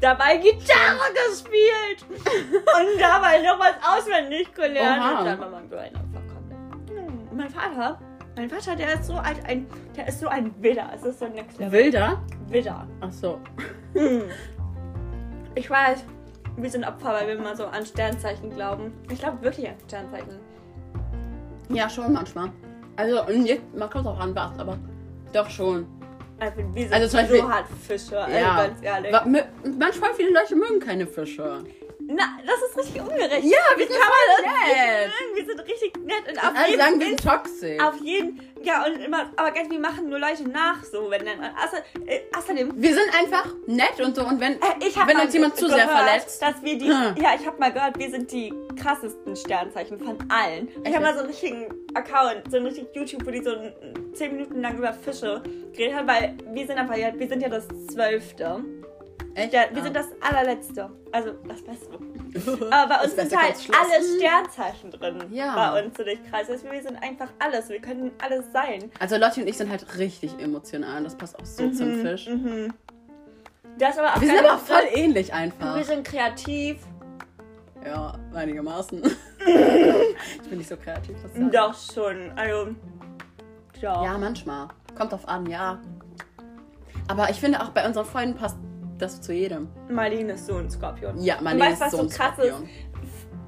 Speaker 1: dabei Gitarre gespielt und dabei noch was auswendig gelernt.
Speaker 2: Oha.
Speaker 1: Und dann war mein Brain einfach komplett. Hm, Mein Vater, mein Vater, der ist so ein, ein der ist so ein Widder. Es ist so ein Next Level.
Speaker 2: Wilder?
Speaker 1: Widder.
Speaker 2: Ach so.
Speaker 1: Hm. Ich weiß, wir sind Opfer, weil wir immer so an Sternzeichen glauben. Ich glaube wirklich an Sternzeichen.
Speaker 2: Ja, schon manchmal. Also, und jetzt, man kommt auch an, was, aber doch schon.
Speaker 1: Also, wir sind
Speaker 2: Also zum
Speaker 1: so
Speaker 2: Beispiel-
Speaker 1: hart Fische, also
Speaker 2: Ja.
Speaker 1: ganz ehrlich.
Speaker 2: Wa- mö- Manchmal viele Leute mögen keine Fische.
Speaker 1: Na, das ist richtig ungerecht.
Speaker 2: Ja, wir sind voll nett.
Speaker 1: Nein, wir sind richtig nett und auf
Speaker 2: Alle
Speaker 1: jeden
Speaker 2: sagen, wir sind toxisch.
Speaker 1: Auf jeden, ja und immer, aber ganz, wir machen nur Leute nach, so wenn dann. Außer, äh, außerdem,
Speaker 2: Wir sind einfach nett und so und wenn.
Speaker 1: äh, ich habe
Speaker 2: Wenn uns jemand zu sehr verletzt.
Speaker 1: dass wir die,
Speaker 2: Hm.
Speaker 1: ja, ich habe mal gehört, wir sind die krassesten Sternzeichen von allen. Ich
Speaker 2: Echt?
Speaker 1: habe mal so einen richtigen Account, so einen richtigen YouTube, wo die so n- zehn Minuten lang über Fische geredet haben, weil wir sind einfach, ja, wir sind ja das Zwölfte.
Speaker 2: Echt?
Speaker 1: Ja,
Speaker 2: Ah.
Speaker 1: wir sind das allerletzte, also das Beste.
Speaker 2: das.
Speaker 1: Aber bei uns sind
Speaker 2: Das Beste
Speaker 1: halt
Speaker 2: ganz
Speaker 1: alle
Speaker 2: schlossen.
Speaker 1: Sternzeichen drin.
Speaker 2: Ja.
Speaker 1: Bei uns in den Kreis. Das heißt, wir sind einfach alles. Wir können alles sein.
Speaker 2: Also Lotti und ich sind halt richtig emotional. Das passt auch so zum Fisch.
Speaker 1: Mhm. Das ist aber auch
Speaker 2: Wir sind
Speaker 1: keine-
Speaker 2: aber voll ähnlich
Speaker 1: Wir
Speaker 2: einfach.
Speaker 1: sind kreativ.
Speaker 2: Ja, einigermaßen. ich bin nicht so kreativ. Das sagt-
Speaker 1: Doch schon. Also. Ja.
Speaker 2: Ja, manchmal. Kommt drauf an, ja. Aber ich finde auch bei unseren Freunden passt das zu jedem.
Speaker 1: Marlene ist so ein Skorpion.
Speaker 2: Ja, man
Speaker 1: Und weißt,
Speaker 2: ist
Speaker 1: was
Speaker 2: so
Speaker 1: so
Speaker 2: ein
Speaker 1: krass
Speaker 2: Skorpion.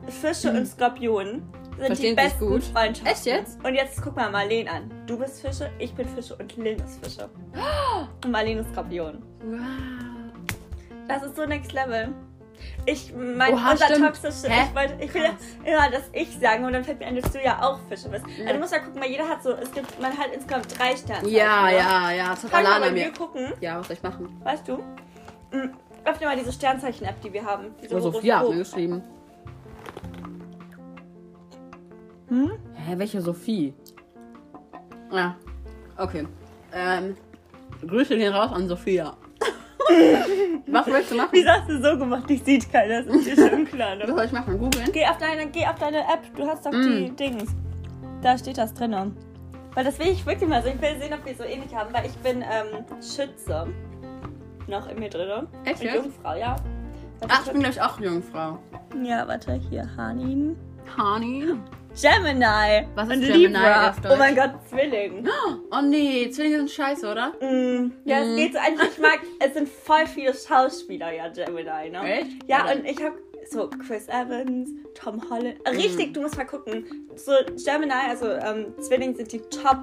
Speaker 1: ist? Fische und Skorpionen sind
Speaker 2: Mhm. Verstehen sich
Speaker 1: die besten
Speaker 2: gut.
Speaker 1: Freundschaften.
Speaker 2: Echt jetzt?
Speaker 1: Und jetzt guck mal Marlene an. Du bist Fische, ich bin Fische und Lynn ist Fische. Und Marlene ist Skorpion.
Speaker 2: Wow.
Speaker 1: Das ist so next level. Ich mein
Speaker 2: Oha,
Speaker 1: unser
Speaker 2: stimmt.
Speaker 1: toxisches.
Speaker 2: Hä?
Speaker 1: Ich, wollte, ich will
Speaker 2: Krass.
Speaker 1: immer, dass ich sage und dann fällt mir ein, dass du ja auch Fische bist.
Speaker 2: Ja.
Speaker 1: Also du musst ja gucken, weil jeder hat so, es gibt, man hat insgesamt drei Sterne.
Speaker 2: Ja, ja, ja.
Speaker 1: Kann mal
Speaker 2: Tatalana
Speaker 1: bei mir
Speaker 2: mir.
Speaker 1: gucken,
Speaker 2: Ja, was soll ich machen?
Speaker 1: weißt du? Hm, Öffne mal diese Sternzeichen-App, die wir haben. Diese
Speaker 2: Oh, Sophia hat mir
Speaker 1: Horoskop.
Speaker 2: geschrieben.
Speaker 1: Hm?
Speaker 2: Hä, welche Sophie? Ja. Okay. Ah, Ähm, Grüße gehen raus an Sophia. Was willst du machen?
Speaker 1: Wieso hast du so gemacht? Ich sieht keiner, das ist dir schon klar.
Speaker 2: Was
Speaker 1: Ne?
Speaker 2: soll ich machen? Googeln?
Speaker 1: Geh auf deine, geh auf deine App. Du hast doch
Speaker 2: Mm.
Speaker 1: die Dings. Da steht das drin. Weil das will ich wirklich mal so. Ich will sehen, ob wir so ähnlich haben, weil ich bin ähm, Schütze. Noch in mir drin.
Speaker 2: Echt
Speaker 1: Und
Speaker 2: jetzt?
Speaker 1: Jungfrau, ja. Warte,
Speaker 2: Ach, ich bin, glaube ich, auch Jungfrau.
Speaker 1: ja, warte, hier, Hanin.
Speaker 2: Honey.
Speaker 1: Gemini.
Speaker 2: Was ist
Speaker 1: und
Speaker 2: Gemini
Speaker 1: Libra.
Speaker 2: auf Deutsch?
Speaker 1: Oh mein Gott, Zwilling.
Speaker 2: Oh nee, Zwillinge sind scheiße, oder?
Speaker 1: Mm. Ja, es geht so einfach. Ich mag, es sind voll viele Schauspieler, ja, Gemini, ne?
Speaker 2: Echt?
Speaker 1: Ja, und ich habe so Chris Evans, Tom Holland.
Speaker 2: Mm.
Speaker 1: Richtig, du musst mal gucken. So Gemini, also ähm, Zwilling sind die Top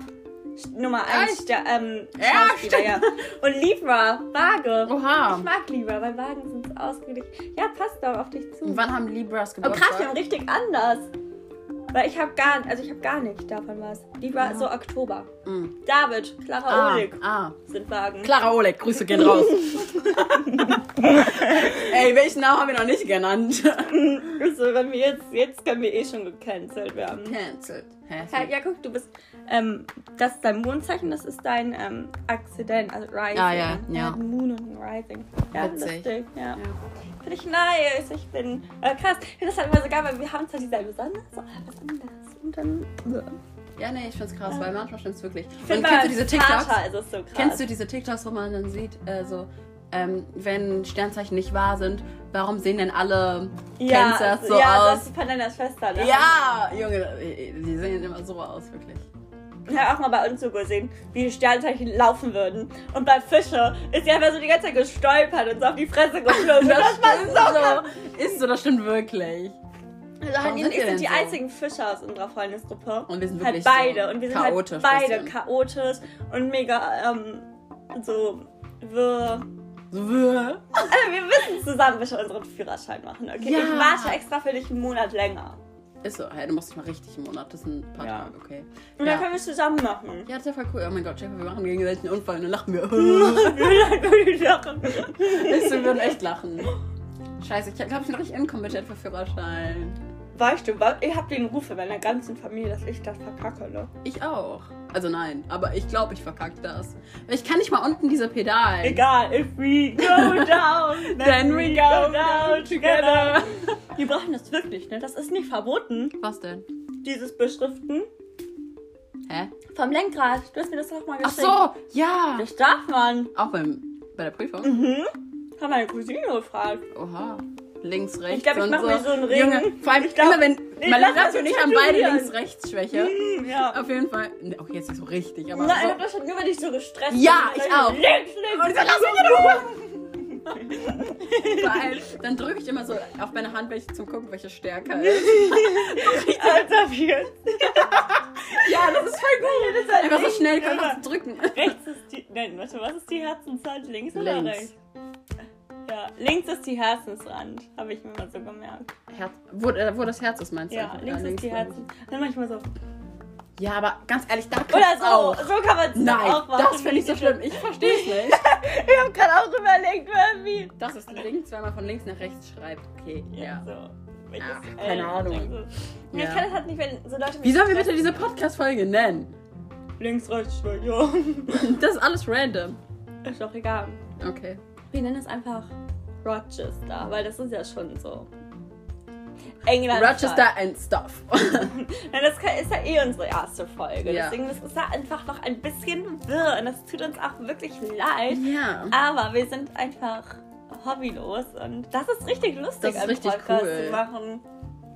Speaker 1: Nummer 1
Speaker 2: Echt?
Speaker 1: der ähm,
Speaker 2: Ja, Oh.
Speaker 1: Schauspieler, ja. Und Libra, Waage.
Speaker 2: Oha.
Speaker 1: Ich mag Libra, weil Wagen sind ausgeglichen. Ja, passt doch auf dich zu.
Speaker 2: Und wann haben Libras
Speaker 1: Oh
Speaker 2: Geburtstag?
Speaker 1: krass, wir haben richtig anders. Weil ich habe gar, also ich habe gar nicht davon was. Libra ist so Oktober.
Speaker 2: Mhm.
Speaker 1: David, Clara
Speaker 2: Ah,
Speaker 1: Oleg
Speaker 2: ah.
Speaker 1: sind Wagen.
Speaker 2: Clara Oleg, Grüße gehen raus. Ey, welchen Namen haben wir noch nicht genannt?
Speaker 1: Also, wenn wir jetzt, jetzt können wir eh schon gecancelt werden.
Speaker 2: Cancelled.
Speaker 1: Ja, ja, guck, du bist. Ähm, das ist dein Mondzeichen, das ist dein ähm, Akzident, also Rising.
Speaker 2: Ah, ja, ja.
Speaker 1: Ein Moon und ein Rising. Ja,
Speaker 2: Witzig.
Speaker 1: lustig, ja.
Speaker 2: Ja.
Speaker 1: Finde ich nice, ich bin äh, krass. Ich finde das halt immer so geil, weil wir haben zwar dieselbe Sonne, so was anders. Und dann.
Speaker 2: Ja, nee, ich find's krass, weil manchmal stimmt's wirklich.
Speaker 1: Find
Speaker 2: Und
Speaker 1: mal,
Speaker 2: kennst du diese
Speaker 1: Tata
Speaker 2: TikToks?
Speaker 1: Ist es so krass.
Speaker 2: Kennst du diese TikToks, wo man dann sieht, äh, so, ähm, wenn Sternzeichen nicht wahr sind, warum sehen denn alle
Speaker 1: ja,
Speaker 2: Tänzer
Speaker 1: also-
Speaker 2: so
Speaker 1: ja,
Speaker 2: aus?
Speaker 1: das ist Panellas Schwester, ne?
Speaker 2: Ja, Junge, die sehen immer so aus, wirklich.
Speaker 1: Ich habe auch mal bei uns so gesehen, wie die Sternzeichen laufen würden. Und bei Fische ist die einfach so die ganze Zeit gestolpert und so auf die Fresse geflogen. das war so krass.
Speaker 2: so. Ist so, das stimmt wirklich.
Speaker 1: Also Hanni
Speaker 2: sind
Speaker 1: und ich
Speaker 2: wir
Speaker 1: sind die
Speaker 2: denn so?
Speaker 1: einzigen Fischer aus unserer Freundesgruppe.
Speaker 2: Und wir sind
Speaker 1: Halt
Speaker 2: wirklich
Speaker 1: beide.
Speaker 2: so
Speaker 1: und wir sind halt
Speaker 2: chaotisch
Speaker 1: beide
Speaker 2: bisschen.
Speaker 1: chaotisch und mega ähm, so wirr.
Speaker 2: So, wir-
Speaker 1: Also wir müssen zusammen bitte unseren Führerschein machen, okay?
Speaker 2: Ja.
Speaker 1: Ich warte extra für dich einen Monat länger.
Speaker 2: Ist so, hey, du musst dich mal richtig im Monat, das sind ein paar
Speaker 1: Ja.
Speaker 2: Tage, okay.
Speaker 1: Und dann können
Speaker 2: Ja.
Speaker 1: wir es zusammen machen.
Speaker 2: ja, das ist ja voll cool. Oh mein Gott, Stefan, wir machen gegenseitig einen Unfall und dann lachen wir. Weißt
Speaker 1: Dann können wir lachen.
Speaker 2: du, wir würden echt lachen. Scheiße, ich glaube, ich bin richtig inkompetent für Führerschein.
Speaker 1: Weißt du, wa- ich hab den Ruf in meiner ganzen Familie, dass ich das verkacke, ne?
Speaker 2: Ich auch. Also nein, aber ich glaube, ich verkack das. Ich kann nicht mal unten diese Pedalen.
Speaker 1: Egal, if we go down, then we go down together. Wir brauchen das wirklich, ne? Das ist nicht verboten,
Speaker 2: Was denn?
Speaker 1: dieses Beschriften.
Speaker 2: Hä?
Speaker 1: Vom Lenkrad. Du hast mir das doch mal
Speaker 2: Ach
Speaker 1: geschickt.
Speaker 2: so, ja.
Speaker 1: Das darf man.
Speaker 2: Auch beim, bei der Prüfung.
Speaker 1: Mhm. Haben meine Cousine gefragt.
Speaker 2: Oha. Links, rechts.
Speaker 1: Ich glaub, ich
Speaker 2: und
Speaker 1: mach
Speaker 2: so.
Speaker 1: mir so einen Ring.
Speaker 2: Junge, vor allem
Speaker 1: Ich glaub-
Speaker 2: immer, wenn.
Speaker 1: Nee,
Speaker 2: man
Speaker 1: lass
Speaker 2: lernt
Speaker 1: das
Speaker 2: ja nicht
Speaker 1: nicht
Speaker 2: an beide
Speaker 1: tätowieren.
Speaker 2: Links-Rechts-Schwäche.
Speaker 1: Ja.
Speaker 2: Auf jeden Fall. Nee, Okay, jetzt nicht so richtig, aber.
Speaker 1: Nein, ich hab
Speaker 2: so.
Speaker 1: das schon über dich so gestresst.
Speaker 2: Ja, ich auch.
Speaker 1: Links,
Speaker 2: Und
Speaker 1: links.
Speaker 2: ich sag, lass mich in Ruhe! Vor allem, dann drücke ich immer so auf meine Hand, welche zum Gucken, welche stärker ist.
Speaker 1: Als ob hier.
Speaker 2: Ja, das ist voll gut.
Speaker 1: Das ist halt
Speaker 2: Einfach so
Speaker 1: links,
Speaker 2: schnell kann
Speaker 1: aber
Speaker 2: man das drücken.
Speaker 1: Rechts ist die. Nein, warte, was ist die Herzensrand? Links, oder
Speaker 2: Links.
Speaker 1: rechts? Ja, links ist die Herzensrand, habe ich mir mal so gemerkt.
Speaker 2: Herz, wo, äh, wo das Herz ist, meinst du?
Speaker 1: Ja, links ist die
Speaker 2: dran.
Speaker 1: Herzen. Dann mach ich mal so.
Speaker 2: Ja, aber ganz ehrlich, da kann
Speaker 1: Oder so.
Speaker 2: auch.
Speaker 1: So kann man es
Speaker 2: Nein,
Speaker 1: auch machen.
Speaker 2: das finde ich so schlimm. Ich verstehe es nicht.
Speaker 1: Ich habe gerade auch überlegt, irgendwie.
Speaker 2: Das ist ein Link, zweimal von links nach rechts schreibt. Okay,
Speaker 1: Ja.
Speaker 2: ja.
Speaker 1: So. Welches
Speaker 2: Ach,
Speaker 1: L?
Speaker 2: keine Ahnung.
Speaker 1: Ja. Ich
Speaker 2: Ja.
Speaker 1: kann das halt nicht, wenn so Leute.
Speaker 2: Wie sollen wir bitte diese Podcast-Folge nennen?
Speaker 1: Links, rechts, schräg, ja.
Speaker 2: Das ist alles random.
Speaker 1: Ist doch egal.
Speaker 2: Okay.
Speaker 1: Wir nennen es einfach Rochester, weil das ist ja schon so. England.
Speaker 2: Rochester and Stuff.
Speaker 1: Nein, das kann- ist ja eh unsere erste Folge.
Speaker 2: Ja.
Speaker 1: Deswegen das ist ja einfach noch ein bisschen wirr und das tut uns auch wirklich leid.
Speaker 2: ja.
Speaker 1: Aber wir sind einfach hobbylos und das ist richtig lustig,
Speaker 2: Das ist richtig
Speaker 1: Podcast
Speaker 2: cool.
Speaker 1: zu machen.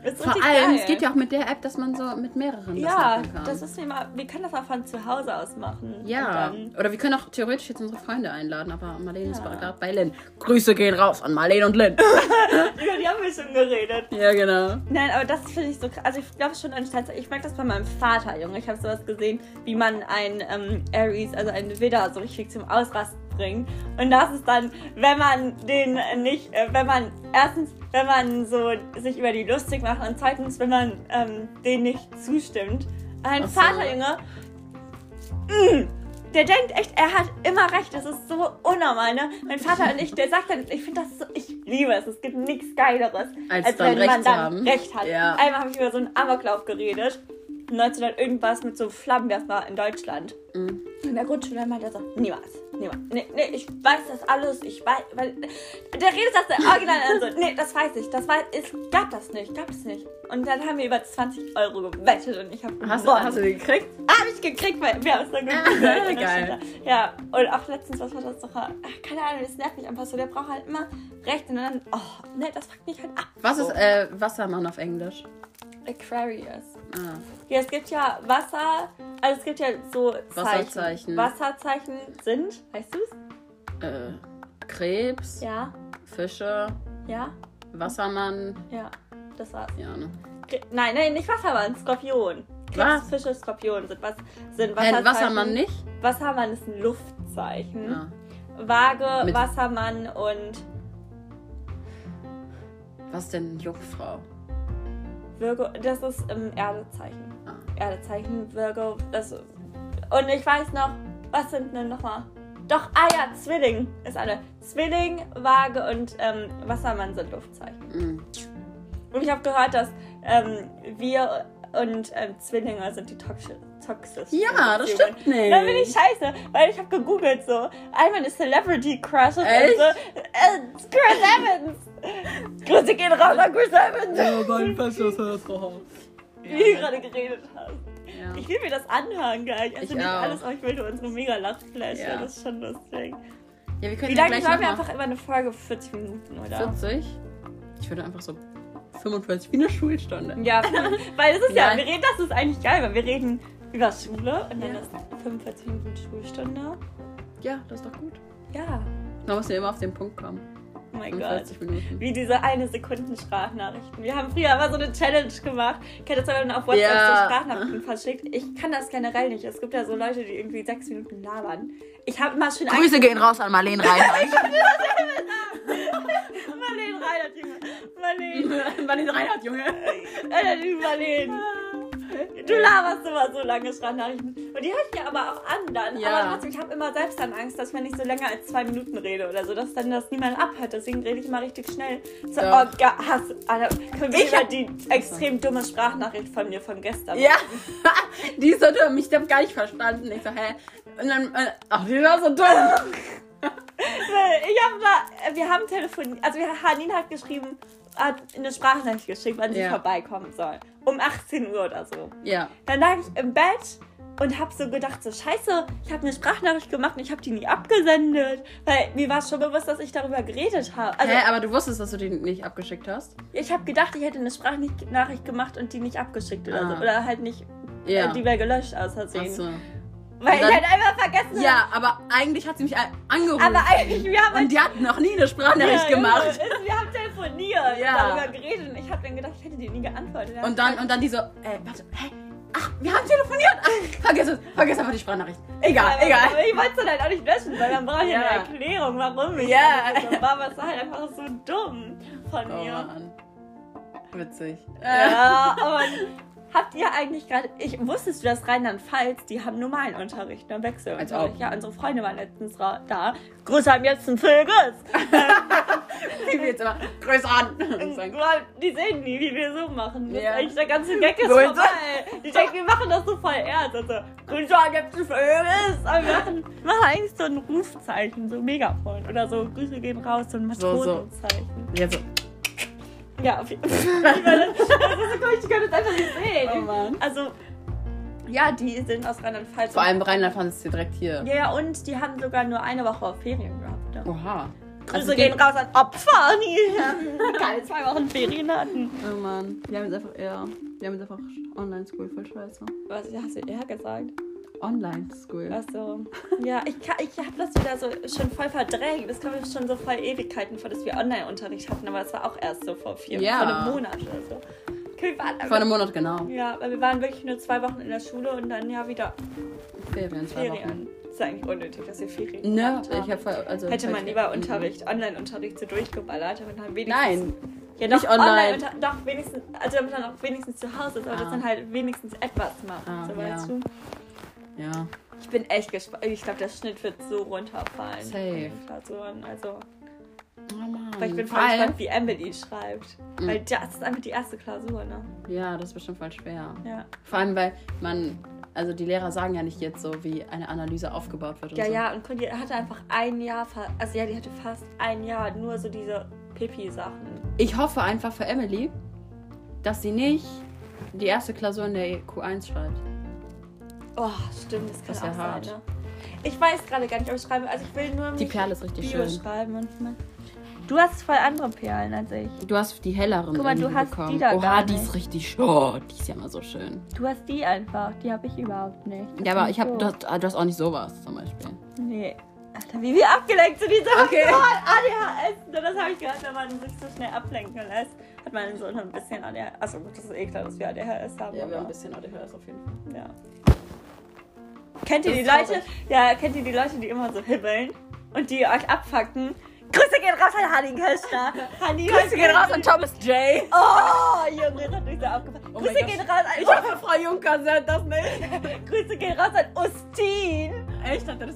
Speaker 1: Das ist
Speaker 2: Vor
Speaker 1: richtig
Speaker 2: allem,
Speaker 1: geil.
Speaker 2: es geht ja auch mit der App, dass man so mit mehreren das
Speaker 1: Ja,
Speaker 2: machen kann.
Speaker 1: das ist mir mal. Wir können das auch von zu Hause aus machen.
Speaker 2: ja,
Speaker 1: Und
Speaker 2: oder wir können auch theoretisch jetzt unsere Freunde einladen, aber Marlene ist
Speaker 1: Ja.
Speaker 2: gerade bei Lynn. Grüße gehen raus an Marlene und Lynn.
Speaker 1: dann, über die haben wir schon geredet.
Speaker 2: ja, genau.
Speaker 1: Nein, aber das finde ich so krass. Also ich glaube schon an Steinzeit. Ich merke das bei meinem Vater, Junge. Ich habe sowas gesehen, wie man einen ähm, Aries, also einen Widder, so richtig zum Ausrasten bringt. Und das ist dann, wenn man den äh, nicht, äh, wenn man erstens, wenn man so sich über die lustig macht und zweitens, wenn man ähm, den nicht zustimmt. Ein
Speaker 2: Ach so.
Speaker 1: Vater, Junge, der denkt echt, er hat immer recht. Das ist so unnormal, ne? Mein Vater und ich, der sagt dann, ich finde das so, ich liebe es. Es gibt nichts Geileres,
Speaker 2: Als dann
Speaker 1: wenn man
Speaker 2: Recht zu
Speaker 1: dann
Speaker 2: haben.
Speaker 1: Recht hat.
Speaker 2: Ja.
Speaker 1: Einmal habe ich über so einen Amoklauf geredet. 1900 irgendwas mit so Flammenwerfer in Deutschland.
Speaker 2: Mhm.
Speaker 1: Und der Grundschüler meinte er so, niemals, niemals. Nee, nee, ich weiß das alles, ich weiß, weil, der redet das der Original an so, nee, das weiß ich, das weiß, es gab das nicht, gab es nicht. Und dann haben wir über 20 Euro gewettet und ich habe
Speaker 2: Hast, du, hast du den gekriegt?
Speaker 1: Hab ich gekriegt, weil wir haben es dann
Speaker 2: Ah,
Speaker 1: gegoogelt.
Speaker 2: geil.
Speaker 1: Ja, und auch letztens, was war das doch? Ach, keine Ahnung, das nervt mich einfach so. Der braucht halt immer recht und dann, oh, ne, das fuckt mich halt ab.
Speaker 2: Was
Speaker 1: so.
Speaker 2: ist äh, Wassermann auf Englisch?
Speaker 1: Aquarius?
Speaker 2: Ah.
Speaker 1: Ja, es gibt ja Wasser, also es gibt ja so Zeichen.
Speaker 2: Wasserzeichen.
Speaker 1: Wasserzeichen sind, weißt du es?
Speaker 2: Äh, Krebs,
Speaker 1: Ja,
Speaker 2: Fische,
Speaker 1: ja,
Speaker 2: Wassermann.
Speaker 1: ja, das war's.
Speaker 2: Ja, ne?
Speaker 1: Kre- Nein, nein, nicht Wassermann, Skorpion. Krebs,
Speaker 2: Was?
Speaker 1: Fische, Skorpion sind, was, sind
Speaker 2: Äh,
Speaker 1: Wasserzeichen.
Speaker 2: Wassermann nicht? Ah.
Speaker 1: Wassermann ist ein Luftzeichen.
Speaker 2: Ja.
Speaker 1: Waage,
Speaker 2: Mit-
Speaker 1: Wassermann und
Speaker 2: Was denn Jungfrau?
Speaker 1: Virgo, das ist im Erdezeichen.
Speaker 2: Ah.
Speaker 1: Erdezeichen, Virgo, das also, Und ich weiß noch, was sind denn nochmal? Doch, ah ja, Zwilling ist alle. Zwilling, Waage und ähm, Wassermann sind Luftzeichen.
Speaker 2: Mm.
Speaker 1: Und ich habe gehört, dass ähm, wir und ähm, Zwillinge sind die toxi toxischsten.
Speaker 2: Ja, das
Speaker 1: Beziehungen.
Speaker 2: stimmt nicht.
Speaker 1: Dann bin ich scheiße, weil ich habe gegoogelt so. All meine Celebrity Crushes
Speaker 2: Echt?
Speaker 1: und so. Äh, Chris Evans! Grüße gehen raus an Chris Evans!
Speaker 2: Ja, mein Festwasser drauf.
Speaker 1: Wie du gerade geredet hast.
Speaker 2: Ja.
Speaker 1: Ich will mir das anhören gleich. Also
Speaker 2: Ich
Speaker 1: nicht
Speaker 2: auch.
Speaker 1: alles, aber ich will nur unsere mega Lachfläche.
Speaker 2: Ja.
Speaker 1: Das ist schon lustig.
Speaker 2: ja, wir können
Speaker 1: Wie
Speaker 2: ja
Speaker 1: lange
Speaker 2: gleich
Speaker 1: haben wir
Speaker 2: noch mal-
Speaker 1: einfach immer eine Folge? 40 Minuten, oder?
Speaker 2: 40? Ich würde einfach so 45 wie eine Schulstunde.
Speaker 1: Ja, weil es ist ja,
Speaker 2: Nein.
Speaker 1: wir reden, das ist eigentlich geil, weil wir reden über Schule und dann
Speaker 2: Ja.
Speaker 1: ist 45 Minuten Schulstunde.
Speaker 2: Ja, das ist doch gut.
Speaker 1: Ja,
Speaker 2: Man muss ja immer auf den Punkt kommen.
Speaker 1: oh mein Gott.
Speaker 2: 45 Minuten.
Speaker 1: Wie diese eine Sekunden Sprachnachrichten. Wir haben früher immer so eine Challenge gemacht. Kennt ihr das, wenn man auf WhatsApp
Speaker 2: Ja.
Speaker 1: so Sprachnachrichten verschickt? Ich kann das generell nicht. Es gibt ja so Leute, die irgendwie sechs Minuten labern. Ich habe immer schön Angst-
Speaker 2: gehen raus an Marlene Reinhardt.
Speaker 1: Marlene Reinhardt, Junge. Marlene.
Speaker 2: Marlene Reinhardt, Junge.
Speaker 1: Äh, Alter, die Marlene. Du laberst immer so lange Strandnachrichten. Und die höre ich ja aber auch an dann.
Speaker 2: Ja.
Speaker 1: Aber trotzdem, ich habe immer selbst dann Angst, dass wenn ich so länger als zwei Minuten rede oder so, dass dann das niemand abhört. Deswegen rede ich immer richtig schnell. So,
Speaker 2: Ja.
Speaker 1: oh, ga, hast, Alter, können wir
Speaker 2: Ich
Speaker 1: über
Speaker 2: hab-
Speaker 1: die extrem dumme Sprachnachricht von mir von gestern
Speaker 2: Ja, die ist so dumm. Ich hab gar nicht verstanden. Ich so, hä? Und dann, äh, ach, die war so dumm.
Speaker 1: Weil Ich hab da, wir haben telefoniert, also wir, Hanin hat geschrieben, hat eine Sprachnachricht geschickt, wann sie
Speaker 2: Ja.
Speaker 1: vorbeikommen soll. Um 18 Uhr oder so.
Speaker 2: Ja.
Speaker 1: Dann lag ich im Bett und habe so gedacht, so scheiße, ich habe eine Sprachnachricht gemacht und ich habe die nie abgesendet. Weil mir war schon bewusst, dass ich darüber geredet habe. Also
Speaker 2: hä, aber du wusstest, dass du die nicht abgeschickt hast?
Speaker 1: ich habe gedacht, ich hätte eine Sprachnachricht gemacht und die nicht abgeschickt oder
Speaker 2: Ah.
Speaker 1: so. Oder halt nicht,
Speaker 2: Ja.
Speaker 1: äh, die wäre gelöscht aus Versehen.
Speaker 2: Ach so.
Speaker 1: Weil
Speaker 2: Und dann-
Speaker 1: ich halt einfach vergessen hab.
Speaker 2: Ja, aber eigentlich hat sie mich a- angerufen.
Speaker 1: Aber eigentlich, wir haben
Speaker 2: und die hat noch nie eine Sprachnachricht
Speaker 1: Ja,
Speaker 2: gemacht.
Speaker 1: Junge, es- wir haben telefoniert,
Speaker 2: Ja.
Speaker 1: darüber geredet und ich habe dann gedacht, ich hätte dir nie geantwortet.
Speaker 2: Und dann, und dann die so, ey, warte, hä? Ach, wir haben telefoniert. Ach, vergiss es, vergiss einfach die Sprachnachricht. Egal,
Speaker 1: Aber-
Speaker 2: egal.
Speaker 1: Aber ich wollte es dann halt auch nicht löschen, weil dann brauche ich
Speaker 2: Ja.
Speaker 1: eine Erklärung, warum ich
Speaker 2: Ja.
Speaker 1: das so war. Aber es war halt einfach so dumm von
Speaker 2: Oh,
Speaker 1: mir.
Speaker 2: Mann. Witzig.
Speaker 1: Ja, aber habt ihr eigentlich gerade, ich wusstest du, dass Rheinland-Pfalz, die haben normalen Unterricht, ne, Wechselunterricht.
Speaker 2: Als ob.
Speaker 1: Ja, unsere Freunde waren letztens ra- da. Grüße an jetzt einen Vögels.
Speaker 2: Wie wir jetzt immer, grüß an. Und sagen,
Speaker 1: Weil Äh, Die sehen nie, wie wir so machen. Das
Speaker 2: Ja.
Speaker 1: ist eigentlich der ganze Gag ist
Speaker 2: Grüße.
Speaker 1: vorbei. Die denken, wir machen das so voll ernst. Also, Grüße an jetzt einen Vögels. Aber wir machen, machen eigentlich so ein Rufzeichen, so Megafon oder so. Grüße gehen raus, so ein
Speaker 2: So, so.
Speaker 1: Matronenzeichen.
Speaker 2: Jetzt so,
Speaker 1: Ja, auf jeden Fall. Ich meine, das, das ist, glaub ich, die können das einfach nicht sehen.
Speaker 2: oh Mann.
Speaker 1: Also, ja, die sind aus Rheinland-Pfalz.
Speaker 2: Vor allem Rheinland-Pfalz ist hier direkt hier.
Speaker 1: Ja, ja, und die haben sogar nur eine Woche Ferien gehabt. Ne?
Speaker 2: Oha.
Speaker 1: Grüße gehen raus an Opfer, die keine zwei Wochen Ferien hatten.
Speaker 2: Oh Mann. Wir haben jetzt einfach, ja, wir haben jetzt einfach Online-School, voll scheiße.
Speaker 1: Was hast du eher gesagt?
Speaker 2: Online-School.
Speaker 1: Achso. Ja, ich, ka- ich habe das wieder so schon voll verdrängt. Das glaube ich schon so voll Ewigkeiten vor, dass wir Online-Unterricht hatten, aber das war auch erst so vor vier,
Speaker 2: Ja.
Speaker 1: vor einem Monat oder so. Okay, wir waren
Speaker 2: Vor einem Monat, genau.
Speaker 1: ja, weil wir waren wirklich nur zwei Wochen in der Schule und dann ja wieder
Speaker 2: Ferien, zwei Wochen.
Speaker 1: Ferien. Das ist eigentlich unnötig, dass wir Ferien
Speaker 2: Ne,
Speaker 1: gehabt haben.
Speaker 2: ich hab voll, also.
Speaker 1: Hätte man
Speaker 2: voll-
Speaker 1: lieber Unterricht, Online-Unterricht so durchgeballert und dann wenigstens.
Speaker 2: Nein,
Speaker 1: ja, doch,
Speaker 2: nicht online.
Speaker 1: unter- doch, wenigstens, also damit man auch wenigstens zu Hause ist, aber
Speaker 2: Ah.
Speaker 1: dass man halt wenigstens etwas macht.
Speaker 2: Ah,
Speaker 1: so,
Speaker 2: ja.
Speaker 1: weißt du?
Speaker 2: Ja.
Speaker 1: Ich bin echt gespannt. Ich glaube, der Schnitt wird so runterfallen.
Speaker 2: Safe.
Speaker 1: von den Klausuren, Also,
Speaker 2: Oh Mann.
Speaker 1: Aber ich bin voll
Speaker 2: Weil-
Speaker 1: gespannt, wie Emily schreibt. Weil das ist einfach die erste Klausur, ne?
Speaker 2: Ja, das ist bestimmt voll schwer.
Speaker 1: Ja.
Speaker 2: Vor allem, weil man, also die Lehrer sagen ja nicht jetzt so, wie eine Analyse aufgebaut wird. Und
Speaker 1: Ja,
Speaker 2: so.
Speaker 1: ja, und Conny hatte einfach ein Jahr, fa- also ja, die hatte fast ein Jahr nur so diese Pipi-Sachen.
Speaker 2: Ich hoffe einfach für Emily, dass sie nicht die erste Klausur in der Q1 schreibt.
Speaker 1: Oh, stimmt, das kann
Speaker 2: Das wär
Speaker 1: auch
Speaker 2: hart.
Speaker 1: sein, ne? Ich weiß gerade gar nicht, ob ich schreibe. Also ich will nur
Speaker 2: Die
Speaker 1: mich
Speaker 2: Perle ist richtig
Speaker 1: Bio
Speaker 2: schön.
Speaker 1: schreiben und mal. Du hast voll andere Perlen als ich.
Speaker 2: Du hast die helleren
Speaker 1: Guck mal, du
Speaker 2: irgendwie
Speaker 1: hast die
Speaker 2: bekommen.
Speaker 1: da
Speaker 2: Oha,
Speaker 1: gar
Speaker 2: die
Speaker 1: nicht.
Speaker 2: ist richtig schön. Oh, die ist ja mal so schön.
Speaker 1: Du hast die einfach, die habe ich überhaupt nicht. Das
Speaker 2: Ja, aber
Speaker 1: find
Speaker 2: ich habe,
Speaker 1: doof.
Speaker 2: du, hast- ah, du hast auch nicht sowas zum Beispiel.
Speaker 1: Nee. Alter, wie wir abgelenkt sind, dieser
Speaker 2: Okay.
Speaker 1: okay. ADHS. Na, Das habe ich gehört, wenn man sich so schnell ablenken lässt, hat man so ein bisschen ADHS. Also gut, das ist eh klar, dass wir ADHS haben. aber-
Speaker 2: bisschen ADHS auf jeden Fall.
Speaker 1: Ja. Kennt ihr
Speaker 2: Das
Speaker 1: die
Speaker 2: ist
Speaker 1: Leute? Ja, kennt ihr die Leute, die immer so hibbeln und die euch abfacken? Grüße gehen raus an Hanni Köstner. Hanni
Speaker 2: Grüße gehen raus an Thomas J.
Speaker 1: Oh, Junge, das hat mich so aufgepasst.
Speaker 2: Oh mein
Speaker 1: Grüße
Speaker 2: Gott.
Speaker 1: gehen raus an
Speaker 2: hoffe, Frau Juncker sagt das nicht.
Speaker 1: Grüße gehen raus an Ustin.
Speaker 2: Echt, hat er das